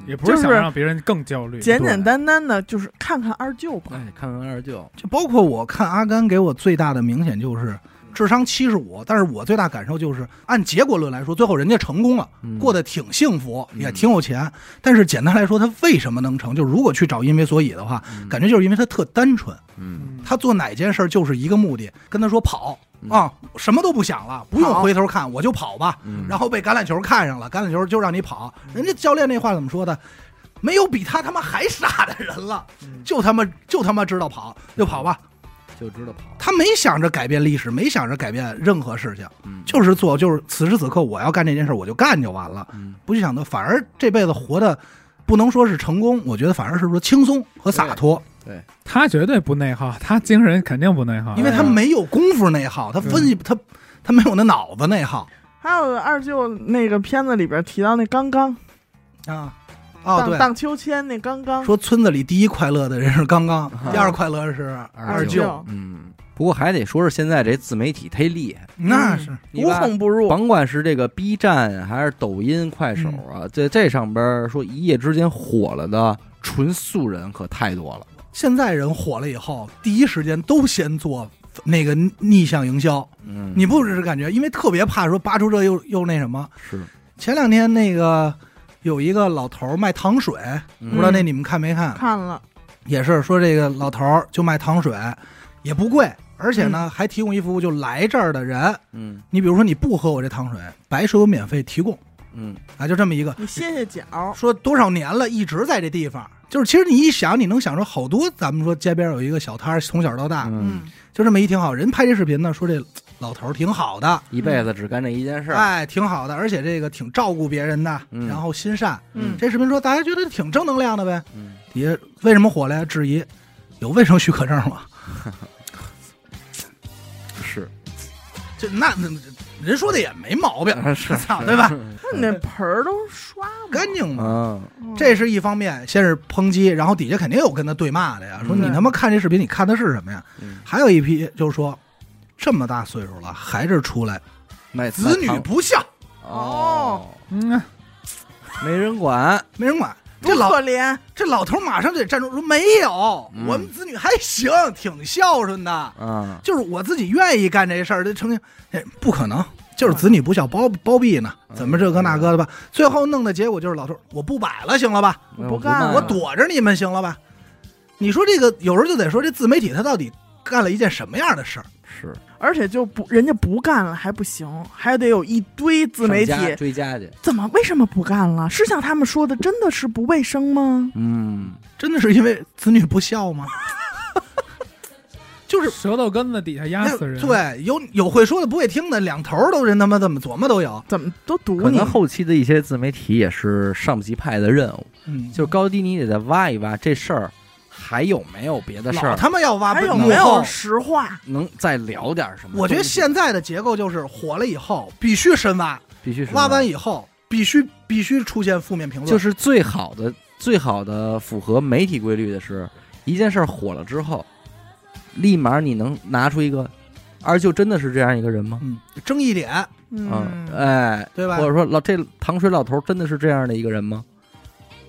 也不是
就
想
是
让别人更焦虑，
简简单单的就是看看二舅吧。
哎，看看二舅，
就包括我看阿甘给我最大的明显就是智商七十五，但是我最大感受就是按结果论来说，最后人家成功了，
嗯
过得挺幸福，
嗯
也挺有钱。但是简单来说，他为什么能成？就如果去找因为所以的话，
嗯
感觉就是因为他特单纯，
嗯
嗯
他做哪件事儿就是一个目的，跟他说跑
嗯
啊，什么都不想了，不用
跑
回头看，我就跑吧。
嗯，
然后被橄榄球看上了，橄榄球就让你跑。人家教练那话怎么说的？没有比他他妈还傻的人了，
嗯
就他妈就他妈知道跑，就跑吧。
就知道跑，
他没想着改变历史，没想着改变任何事情，
嗯
就是做，就是此时此刻我要干这件事，我就干就完了，
嗯
不去想的，反而这辈子活的不能说是成功，我觉得反而是说轻松和洒脱，
他绝对不内耗，他精神肯定不内
啊
耗，
因为他没有功夫内耗，他
嗯
分析他他没有那脑子内耗
还有二舅那个片子里边提到那刚刚
啊。哦，
荡
对，
荡秋千那刚刚，
说村子里第一快乐的人是刚刚，第二快乐是
啊二
舅
舅，
嗯。不过还得说是现在这自媒体忒厉害，
那是
你
无
吧
孔不入。
甭管是这个 B 站还是抖音、快手啊，在这上边儿说一夜之间火了的纯素人可太多了。
现在人火了以后，第一时间都先做那个逆向营销，
嗯，
你不只是感觉，因为特别怕说扒出这又又那什么。
是
前两天那个有一个老头儿卖糖水，
嗯
不知道那你们看没看？
看了，
也是说这个老头儿就卖糖水，也不贵，而且呢、还提供一服务，就来这儿的人，
嗯
你比如说你不喝我这糖水，白水我免费提供
嗯
啊，就这么一个。
你歇歇脚，
说多少年了，一直在这地方。就是其实你一想，你能想出好多。咱们说街边有一个小摊儿，从小到大、
嗯，
嗯，
就这么一挺好。人拍这视频呢，说这老头儿挺好的，
一辈子只干这一件事儿，
哎，挺好的，而且这个挺照顾别人的，
啊嗯
然后心善。
嗯
这视频说大家觉得挺正能量的呗。
嗯
底下为什么火了呀？质疑有卫生许可证吗？
是
这那那人说的也没毛病，
啊是
操，对吧？
那你那盆儿都刷吗
干净嘛。
嗯
嗯
这是一方面，先是抨击，然后底下肯定有跟他对骂的呀，说
嗯
你他妈看这视频，你看的是什么呀？
嗯，
还有一批就是说，这么大岁数了还是出来，
卖
子女不孝，
哦，
嗯，
没人管，
没人管。
多
这老
可怜，
这老头马上就得站住说没有，
嗯
我们子女还行，挺孝顺的，
嗯
就是我自己愿意干这事儿，这成天哎不可能，就是子女不孝包包庇呢，怎么这个那个的吧？最后弄的结果就是老头我不摆了，行了吧？
我
不干了
我躲着你们，行了吧？你说这个有时候就得说这自媒体他到底干了一件什么样的事儿？
是
而且就不人家不干了还不行，还得有一堆自媒体
上家追加去，
怎么为什么不干了？是像他们说的真的是不卫生吗？
嗯，
真的是因为子女不孝 吗？就是
舌头根子底下压
那
死人，，
对，有有会说的不会听的，两头儿都人他妈怎么琢磨都有。
怎么都堵
可
你
能？后期的一些自媒体也是上不及派的任务，
嗯，
就高低你得再挖一挖这事儿，还有没有别的事
老
儿
他妈要挖
还
不
有
以
没
后
有实话？
能再聊点什么东西？
我觉得现在的结构就是火了以后必须深挖，
必须是
挖完以后必须必须出现负面评论，
就是最好的最好的符合媒体规律的是，一件事儿火了之后，立马你能拿出一个，二舅真的是这样一个人吗？
嗯争议点，
嗯，
嗯，
哎，
对吧
或？者说老这糖水老头真的是这样的一个人吗？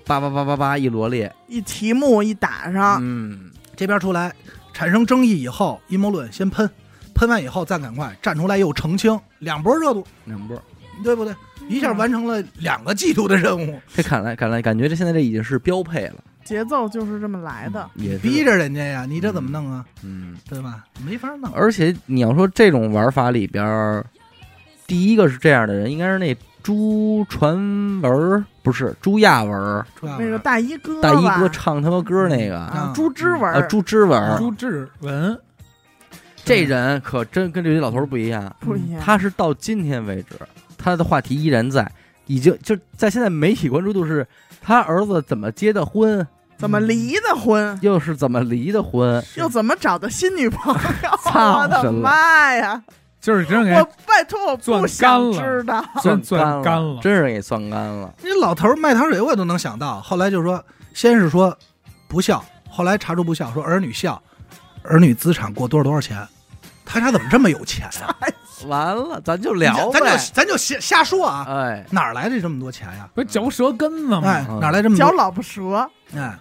叭叭叭叭叭一罗列，
一题目一打
啊
上，
嗯，
这边出来产生争议以后，阴谋论先喷，喷完以后再赶快站出来又澄清，两波热度，
两波，
对不对？一下完成了两个季度的任务，
这看来看来感觉这现在这已经是标配了，嗯
节奏就是这么来的。
也是
逼，着人家呀，你这怎么弄啊？
嗯，
对吧？没法弄。
而且你要说这种玩法里边儿，第一个是这样的人，应该是那朱传文儿，不是朱亚文儿，
出来了
那个大衣哥吧，
大衣哥唱他妈歌那个
啊
啊，朱之文
啊，
儿
朱之文儿，
朱志文
这人可真跟这些老头儿不一样，
不一样，
他是到今天为止，他的话题依然在，已经就在现在媒体关注度是他儿子怎么结的婚，
怎么离的婚？
又是怎么离的婚？
又怎么找的新女朋友？
操
我的妈呀！
就是真给
我拜托，我不想知道。
钻
干
钻干了。
真是给算干了。
那老头儿卖糖水我也都能想到。后来就说，先是说不孝，后来查出不孝，说儿女孝，儿女资产过多少多少钱。他家怎么这么有钱呀、
完 了，咱就聊
咱
呗
就。咱就瞎瞎说啊，
哎，
哪儿来的这么多钱呀、
不是嚼舌根子
哎
吗？，
嗯
哪儿来这么
嚼
多？
老婆舌，
哎，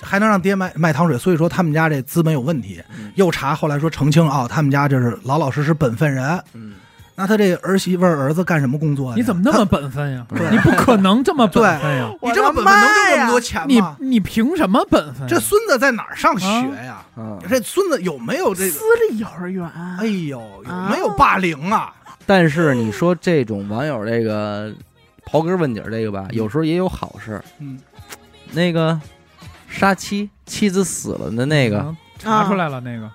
还能让爹卖卖糖水，所以说他们家这资本有问题
嗯。
又查后来说澄清啊、他们家这是老老实实本分人。
嗯，那
那他这儿媳妇儿儿子干什么工作呀？
你怎么那么本分呀？
对
你不可能这么本分呀！
他？你这么本分能挣这么多钱
你
吗？
你凭什么本分呀？
这孙子在哪儿上学呀、
嗯
这孙子有没有这个
私？立幼儿园？
哎呦，有
啊
没有霸凌啊？
但是你说这种网友这个刨根问底儿这个吧，有时候也有好事。
嗯，
那个杀妻，妻子死了的那个，
嗯查出来了那个，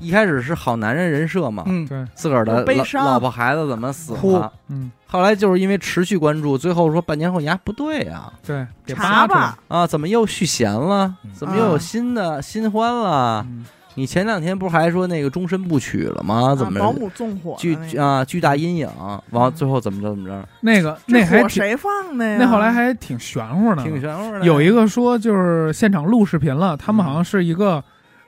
一开始是好男人人设嘛，
嗯，
对，
自个儿的
有悲
老
伤
老婆孩子怎么死
哭
了？
嗯，
后来就是因为持续关注，最后说半年后呀不对呀、
对，给扒
查
出来
吧。，
啊，怎么又续弦了
嗯？
怎么又有新的、新欢了？
嗯
你前两天不是还说那个终身不娶了吗？怎么
啊保
着？
姆纵火
巨
的那个？
啊，巨大阴影，完最后怎么着怎么着，
那个
这
那还
火
挺，
谁放的呀？
那后来还挺玄乎呢。
挺玄乎的。
有一个说就是现场录视频了，他们好
嗯
像是一个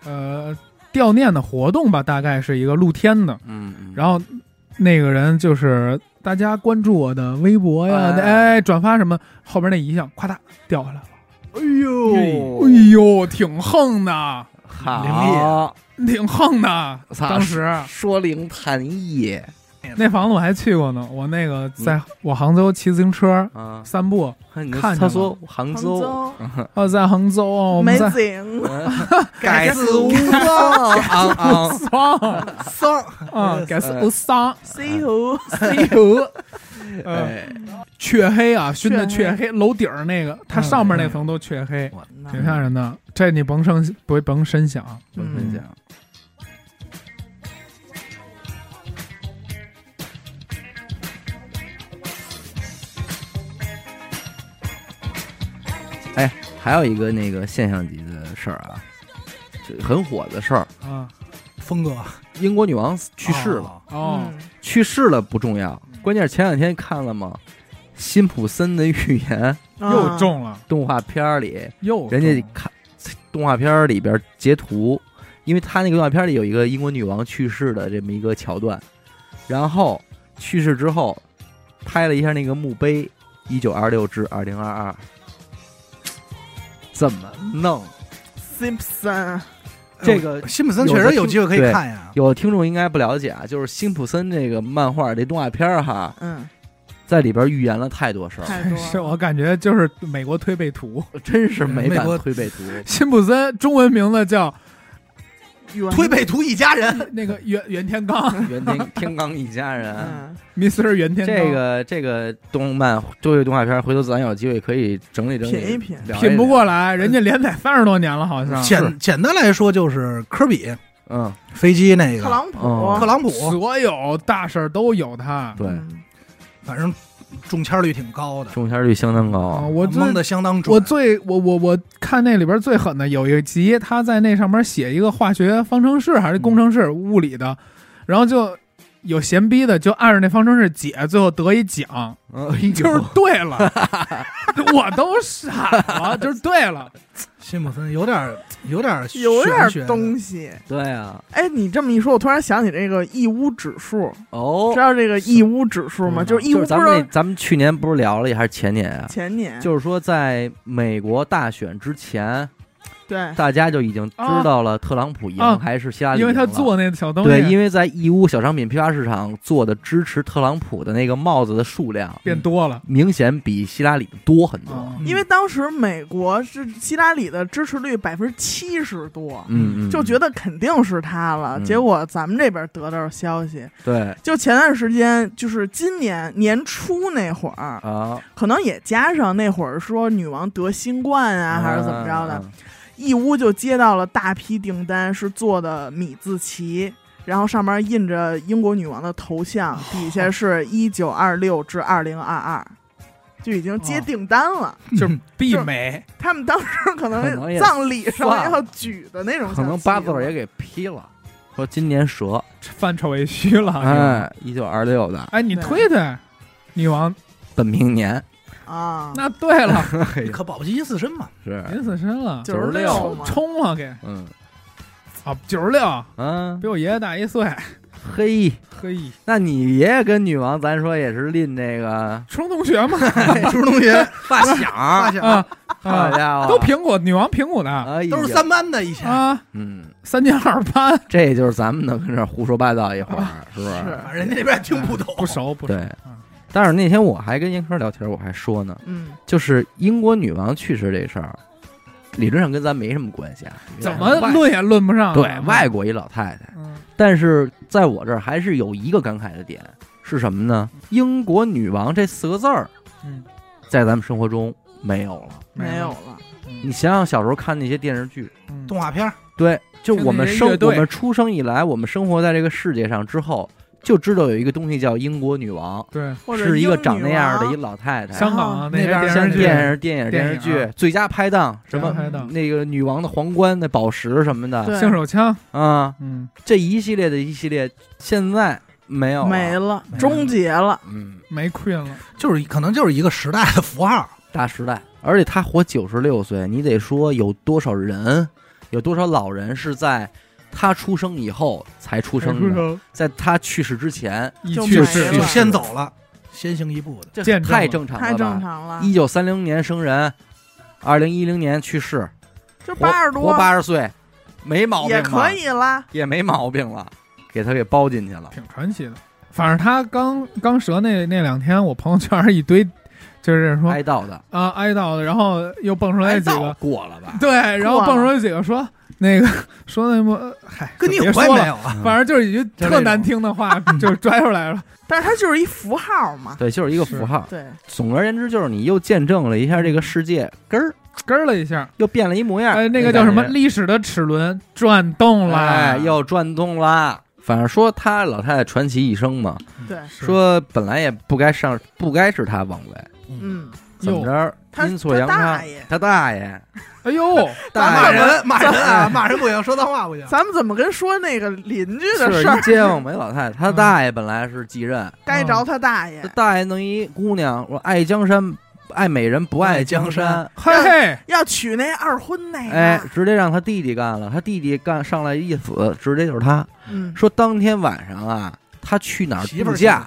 呃悼念的活动吧，大概是一个露天的。
嗯，嗯，
然后那个人就是大家关注我的微博呀，
哎
哎，转发什么，后边那遗像咵嗒掉下来了。
哎呦
哎呦，挺横的，
好，
挺横的。
操
当时
说灵谈义
那房子我还去过呢，我那个
嗯
在我杭州骑自行车
啊，
散步，
你
看见
他
了
说杭
杭
州，
州
哦，在杭州哦，我们
没
在
景，
改字无 双，昂 昂，
桑
丧
嗯
啊，改是桑
西湖
C U，呃，
哎，
雀黑啊，熏的
雀
雀
黑
黑，楼顶儿那个，它
嗯
上面那层都雀黑，
嗯哎
挺吓人的。这你甭生不甭深想，
我
嗯
跟你讲，哎，还有一个那个现象级的事儿啊，就很火的事儿，
啊，
峰哥
英国女王去世了。
了，
哦，
嗯
去世了不重要，
嗯
关键是前两天看了吗？辛普森的预言
嗯
又
啊
中了，
动画片儿里，
又
人
中
家
了
看动画片儿里边截图，因为他那个动画片儿里有一个英国女王去世的这么一个桥段，然后去世之后拍了一下那个墓碑，一九二六至二零二二，怎么弄？啊
Simpson
这个
哎辛普森确实有机会可以看呀。
有听众应该不了解啊，就是辛普森这个漫画这动画片儿哈，
嗯
在里边预言了太多事儿，
太多
是
了。
我感觉就是美国推背 图，
真是美
美
版
国
推背图。
辛普森中文名字叫
原
推背图一家人，
那个袁袁天罡
袁天天罡一家人。
嗯
，Mr. 袁天罡，
这个这个动漫这个动画片，回头咱有机会可以整理整理，
品一品
聊一聊
品不，过来，人家连载三十多年了，好像。
简简单来说就是科比
嗯，
飞机那
特
个，
朗普，
哦
特朗普，
所有大事儿都有他
对，
嗯
反正中签率挺高的，
中签率相当
啊！
哦
高。
我最
蒙的相当准。
我最我我我看那里边最狠的有一集，他在那上面写一个化学方程式还是工程式物理的，然后就有闲逼的就按着那方程式解，最后得一奖，
嗯，哎呦
就是对了，我都傻了，就是对 了，
辛普森有点有点玄
有
学啊
点
的
东西。
对啊，
哎，你这么一说，我突然想起这个义乌指数，
哦嗯
知，道这个义乌指数吗？
就是
啊义乌不知
咱们
道
那咱们去年不是聊了一还是前年啊？
前年
就是说，在美国大选之前，
对
大家就已经知道了特朗普赢
啊
还是希拉里赢
哦因为
了，
他做那小东西，
对，因为在义乌小商品批发市场做的支持特朗普的那个帽子的数量
变多了
明显比希拉里多很多。
啊，
因为当时美国是希拉里的支持率百分之七十多，
嗯，嗯
就觉得肯定是他了。
嗯
结果咱们这边得到消息，
对
就前段时间，就是今年年初那会儿，
啊，
可能也加上那会儿说女王得新冠啊，还是怎么着的，
啊？
义乌就接到了大批订单，是做的米字旗。然后上面印
哦
着英国女王的头像，底下是一九二六至二零二二，就已经接订单了。
就是
嗯
必美，
他们当时
可
可
能也
能葬礼上
算了
要举的那种小旗
可
子，
能八字儿也给批了，说今年蛇，
范畴也虚了。
哎，一九二六的
哎，你推推，女王，
本命年，
啊，
那对 了，
哎呀
可保不齐阴四身嘛。
是，
您死身了，
九十
96
六，
嘛，
冲了给
嗯
啊，九十六，
嗯
比，我爷爷大一岁，
嘿，
嘿，
那你爷爷跟女王，咱说也是拎这个
初中同学嘛，
初中同学
发
发
小，
现
啊
好
啊，
家伙，
都平谷，女王平谷的
哎呀，
都是三班的以前，
啊，
嗯，
三进二班，
这就是咱们能跟这儿胡说八道一会儿，是不是？
是，
反正人家那边也听不懂。
不熟啊不熟，
对
嗯。
但是那天我还跟英科聊天，我还说呢，
嗯，
就是英国女王去世这事儿，理论上跟咱没什么关系啊。
怎么论也论不上啊，
对外国一老太太？
嗯，
但是在我这儿还是有一个感慨的点是什么呢？英国女王这四个字儿
嗯，
在咱们生活中没有了。
没有，了，
你想想小时候看那些电视剧，
嗯
动画片儿
对，就我们生
听那些乐队
我们出生以来，我们生活在这个世界上之后，就知道有一个东西叫英国女王，
对
或者
是一个
英女
长那样的
王
一老太太。
香港啊那
那边儿
些
像
电视剧
电视、电影、
电
电
影
视
啊
剧、最佳拍档什么
最佳拍档
那个女王的皇冠、那宝石什么的
对
性手枪，
啊，
嗯，
这一系列的一系列，现在没有了
没了
没，了
终结了，
嗯，
没 queen 了，
就是可能就是一个时代的符号，
大时代。而且她活九十六岁，你得说有多少人，有多少老人是在她出生以后才出
没
生的，
queen
在她去世之前，
一
就
去
没
世
了
就
对
先走了，先行一步的。
这
见证
太
了
正常
太
了
正
吧？
常了，
一九三零年生人，二零一零年去世，
这
活
八十多
活八十岁，没毛病
也
吧
可以啦，
也没毛病了，给他给包进去了。
挺传奇的。反正他刚刚折那那两天，我朋友圈儿一堆，就是说
哀悼的，
啊哀悼的，然后又蹦出来几
哀悼
个，
过了 吧？
对，然后蹦出来几个说那个说那么，嗨，
跟你
就
有
别
关
说
没
了，
有啊？
反正就是一句特难听 的话，就拽出来了。
但是它就是一符号嘛，
对，就是一个符号。
对，
总而言之，就是你又见证了一下这个世界根儿，
咯儿了一下，
又变了一模样。
哎，那个叫什么？
感觉
历史的齿轮转动了，
哎，又转动啦。反正说她老太太传奇一生嘛，
嗯对，
是
说本来也不该上，不该是她王位，
嗯，
怎么
哟，
着？
她
阴错阳
她
差
大爷，
她大爷，
哎呦，
咱
大
骂
爷
人骂人啊，骂人不行，说脏话不行。
咱们怎么跟说那个邻居的
是
事儿
一？街坊没老太太，她大爷本来是继任，
该着他大爷
她，大爷弄一姑娘，我爱江山，爱美人不爱江山，
嘿嘿，
要娶那二婚那个，
哎，直接让他弟弟干了，他弟弟干上来一死，直接就是他
嗯，
说当天晚上啊，他去哪儿
媳妇
度
儿
假，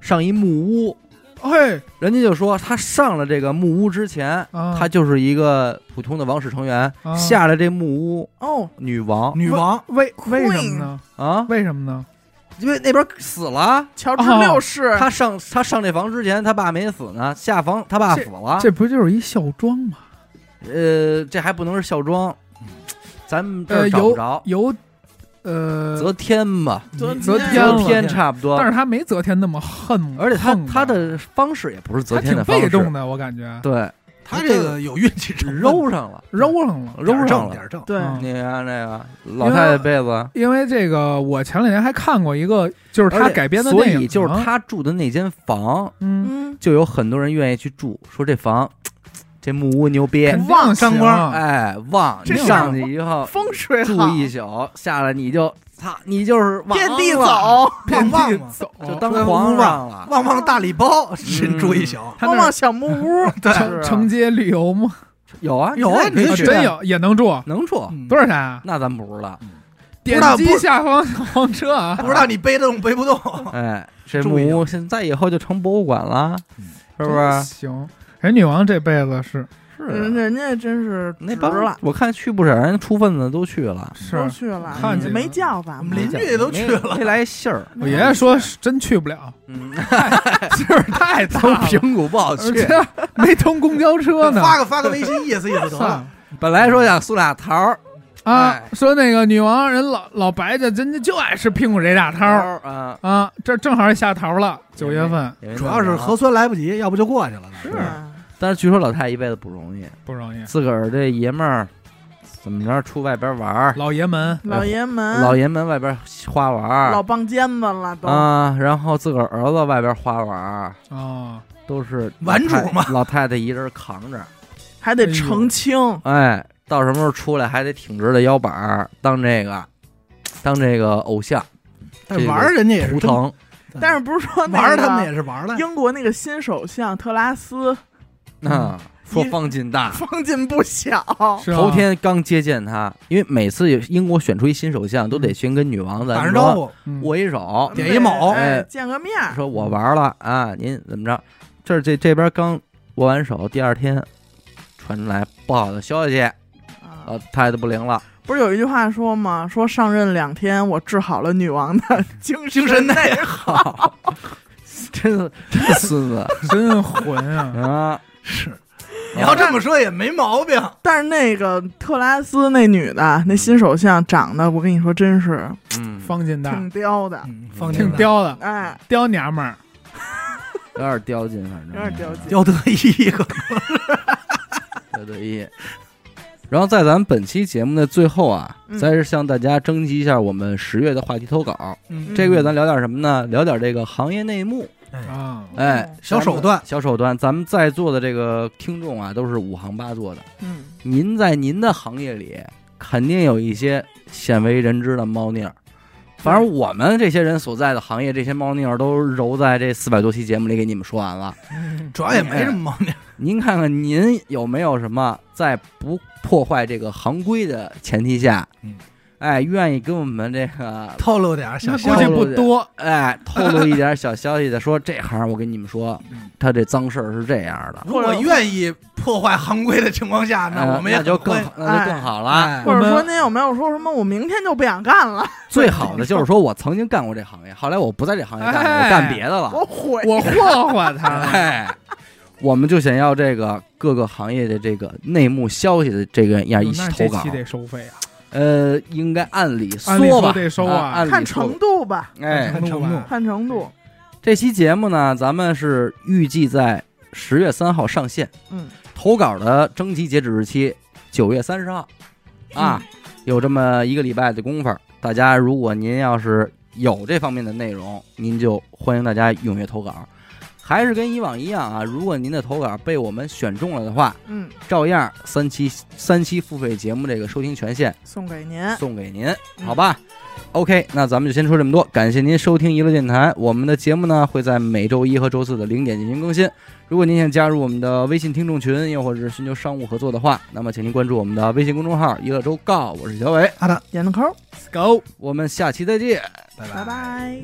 上一木屋，
嘿，
人家就说他上了这个木屋之前，
哎啊
他就是一个普通的王室成员，
啊
下了这木屋
哦，
女王
女王，
为为什么呢？
啊，
为什么呢？
因为那边死了。
乔治
哦
六世，
他上他上这房之前，他爸没死呢。下房他爸死了，
这不就是一孝庄吗？
呃，这还不能是孝庄，咱们这
呃，
儿找不
有
着，
有，呃，
啊则天吧，
昨
你
昨
天
天
择
了
天差不多。
但是他没择天那么恨，
而且他
横吧
他的方式也不是
他
择天
挺
的方
被
式，
动的，我感觉
对，
他这个有运气成分，
揉上了，
揉上了。
揉
点
上
正
了。
点正。
对，
嗯
你看那个老太太被子，
因为这个，我前两年还看过一个，就是
而
他
且
改编的
所
电影呢，
以就是他住的那间房，
嗯，
嗯，
就有很多人愿意去住，说这房这木屋牛逼，
肯定啊
旺
行
张光，
哎，旺，你
这
上去以后
风水
住
好，
一宿，下来你就操，你就是王
遍地
了，
走，
旺旺
遍地
嘛
走，
就当皇上了。
旺旺大礼包，真住一宿。
他
逛
那
逛小木屋，
对，
是
承承接旅游吗？
有啊
有啊
现在
你
可以
啊
去
去，
真有也能住，
能住，
嗯
多少钱啊？
那咱不知道。
点
道
击
不
下方小黄车啊！
不知道你背得动背不动。
哎，这
注
木
意
屋现在以后就成博物馆了，
嗯
是不是？
行，人女王这辈子是
人人家真是
啊那
值
帮
了，
我看去不少人出份子都去了，
都
是，
去了，
看
你
见
没
了
叫咱
我
们
们邻居也都去了
没没来信儿。
我爷爷说是真去 不了，
嗯，
劲儿太大
从
了，
平谷不好
而
去
且，没通公交车呢。
发个发个微信意思意思得
算
了。
了
本来说想送俩桃儿，
啊
哎，
说那个女王人老老白家人家就爱吃苹果这大摊儿
儿啊，
啊，这正好也下桃了，九月份
也没
主要是
弄着啊
核，酸来不及，要不就过去了。
是
嗯
但是据说老太太一辈子不容易，
不 容易，
自个儿这爷们儿怎么着出外边玩儿，
老爷们
老爷
嗯
们，
老爷们外边花玩
老
儿啊
棒尖子了都，
啊，然后自个儿儿子外边花玩儿，
啊，
都是
玩主嘛
老太太一人扛着，
还得澄清，
哎，到什么时候出来还得挺直了腰板儿当这个当这个偶像
但玩儿人家也是
图
真，
腾，
但是不是说
玩
那
儿他们
个
也是玩儿了。
英国那个新首相特拉斯
嗯
啊，说
一
方劲大，
方进不小，
是
哦头
啊，
天刚接见他，因为每次英国选出一新首相，都得先跟女王
嗯打
咱
声
说
招呼，
嗯
握一手，
点一卯
哎
哎
见个面儿，
说我玩了啊，您怎么着？这儿这这边刚握完手，第二天传出来不好的消息，
啊
呃，太太不灵了。
不是有一句话说吗？说上任两天，我治好了女王的精
精神
内
内
好，真是真孙子
真混啊！
啊！
是。你要这么说也没毛病，
但是那个特拉斯那女的，那新首相长得，我跟你说，真是
嗯，
方劲大
挺刁的，
嗯放
挺
挺
心吧
刁的，
哎，
刁娘们儿，
有点刁劲，反正嗯
有点刁劲。
刁得 一个，
对对一。然后在咱们本期节目的最后啊，
嗯
再是向大家征集一下我们十月的话题投稿。
嗯
这个月咱聊点什么呢？聊点这个行业内幕，
啊，
嗯
哎，
小手段
小手段。咱们在座的这个听众啊，都是五行八作的，
嗯，
您在您的行业里肯定有一些鲜为人知的猫腻儿。反正我们这些人所在的行业，这些猫腻儿都揉在这四百多期节目里给你们说完了。
主要也没什么毛
嗯
病。
您看看您有没有什么在不破坏这个行规的前提下，
嗯，
哎，愿意跟我们这个
透露点儿小
那
消
估
息
计，不多，
哎透露一点小消息的，说这行我跟你们说，
嗯
他这脏事儿是这样的，
如果愿意破坏行规的情况下，啊那我们
哎
也
那就
很
更
欢迎
那就更好了。
哎
或者
我
说
们
您有没有说什么我明天就不想干了，
最好的就是说我曾经干过这行业，后来我不在这行业干了，
哎
我干别的啊了。
我悔。
我霍霍他了。
哎，我们就想要这个各个行业的这个内幕消息的这个样哎一起
那
投
这
稿
期。得收费啊！
呃，应该按理
按理
说吧，
说得收啊
啊，按理
看
说
程。度吧，
哎，
看程度啊
看程度。
这期节目呢，咱们是预计在十月三号上线。
嗯，
投稿的征集截止日期九月三十号，啊，有这么一个礼拜的功夫儿。大家如果您要是有这方面的内容，您就欢迎大家踊跃投稿。还是跟以往一样啊，如果您的投稿被我们选中了的话，
嗯，
照样三期三期付费节目这个收听权限
送给您，
送给您，好吧？OK，那咱们就先说这么多，感谢您收听娱乐电台。我们的节目呢会在每周一和周四的零点进行更新。如果您想加入我们的微信听众群，又或者是寻求商务合作的话，那么请您关注我们的微信公众号“娱乐周告”，我是小伟，
啊点个扣，
Go，
我们下期再见。
拜
拜拜。
拜拜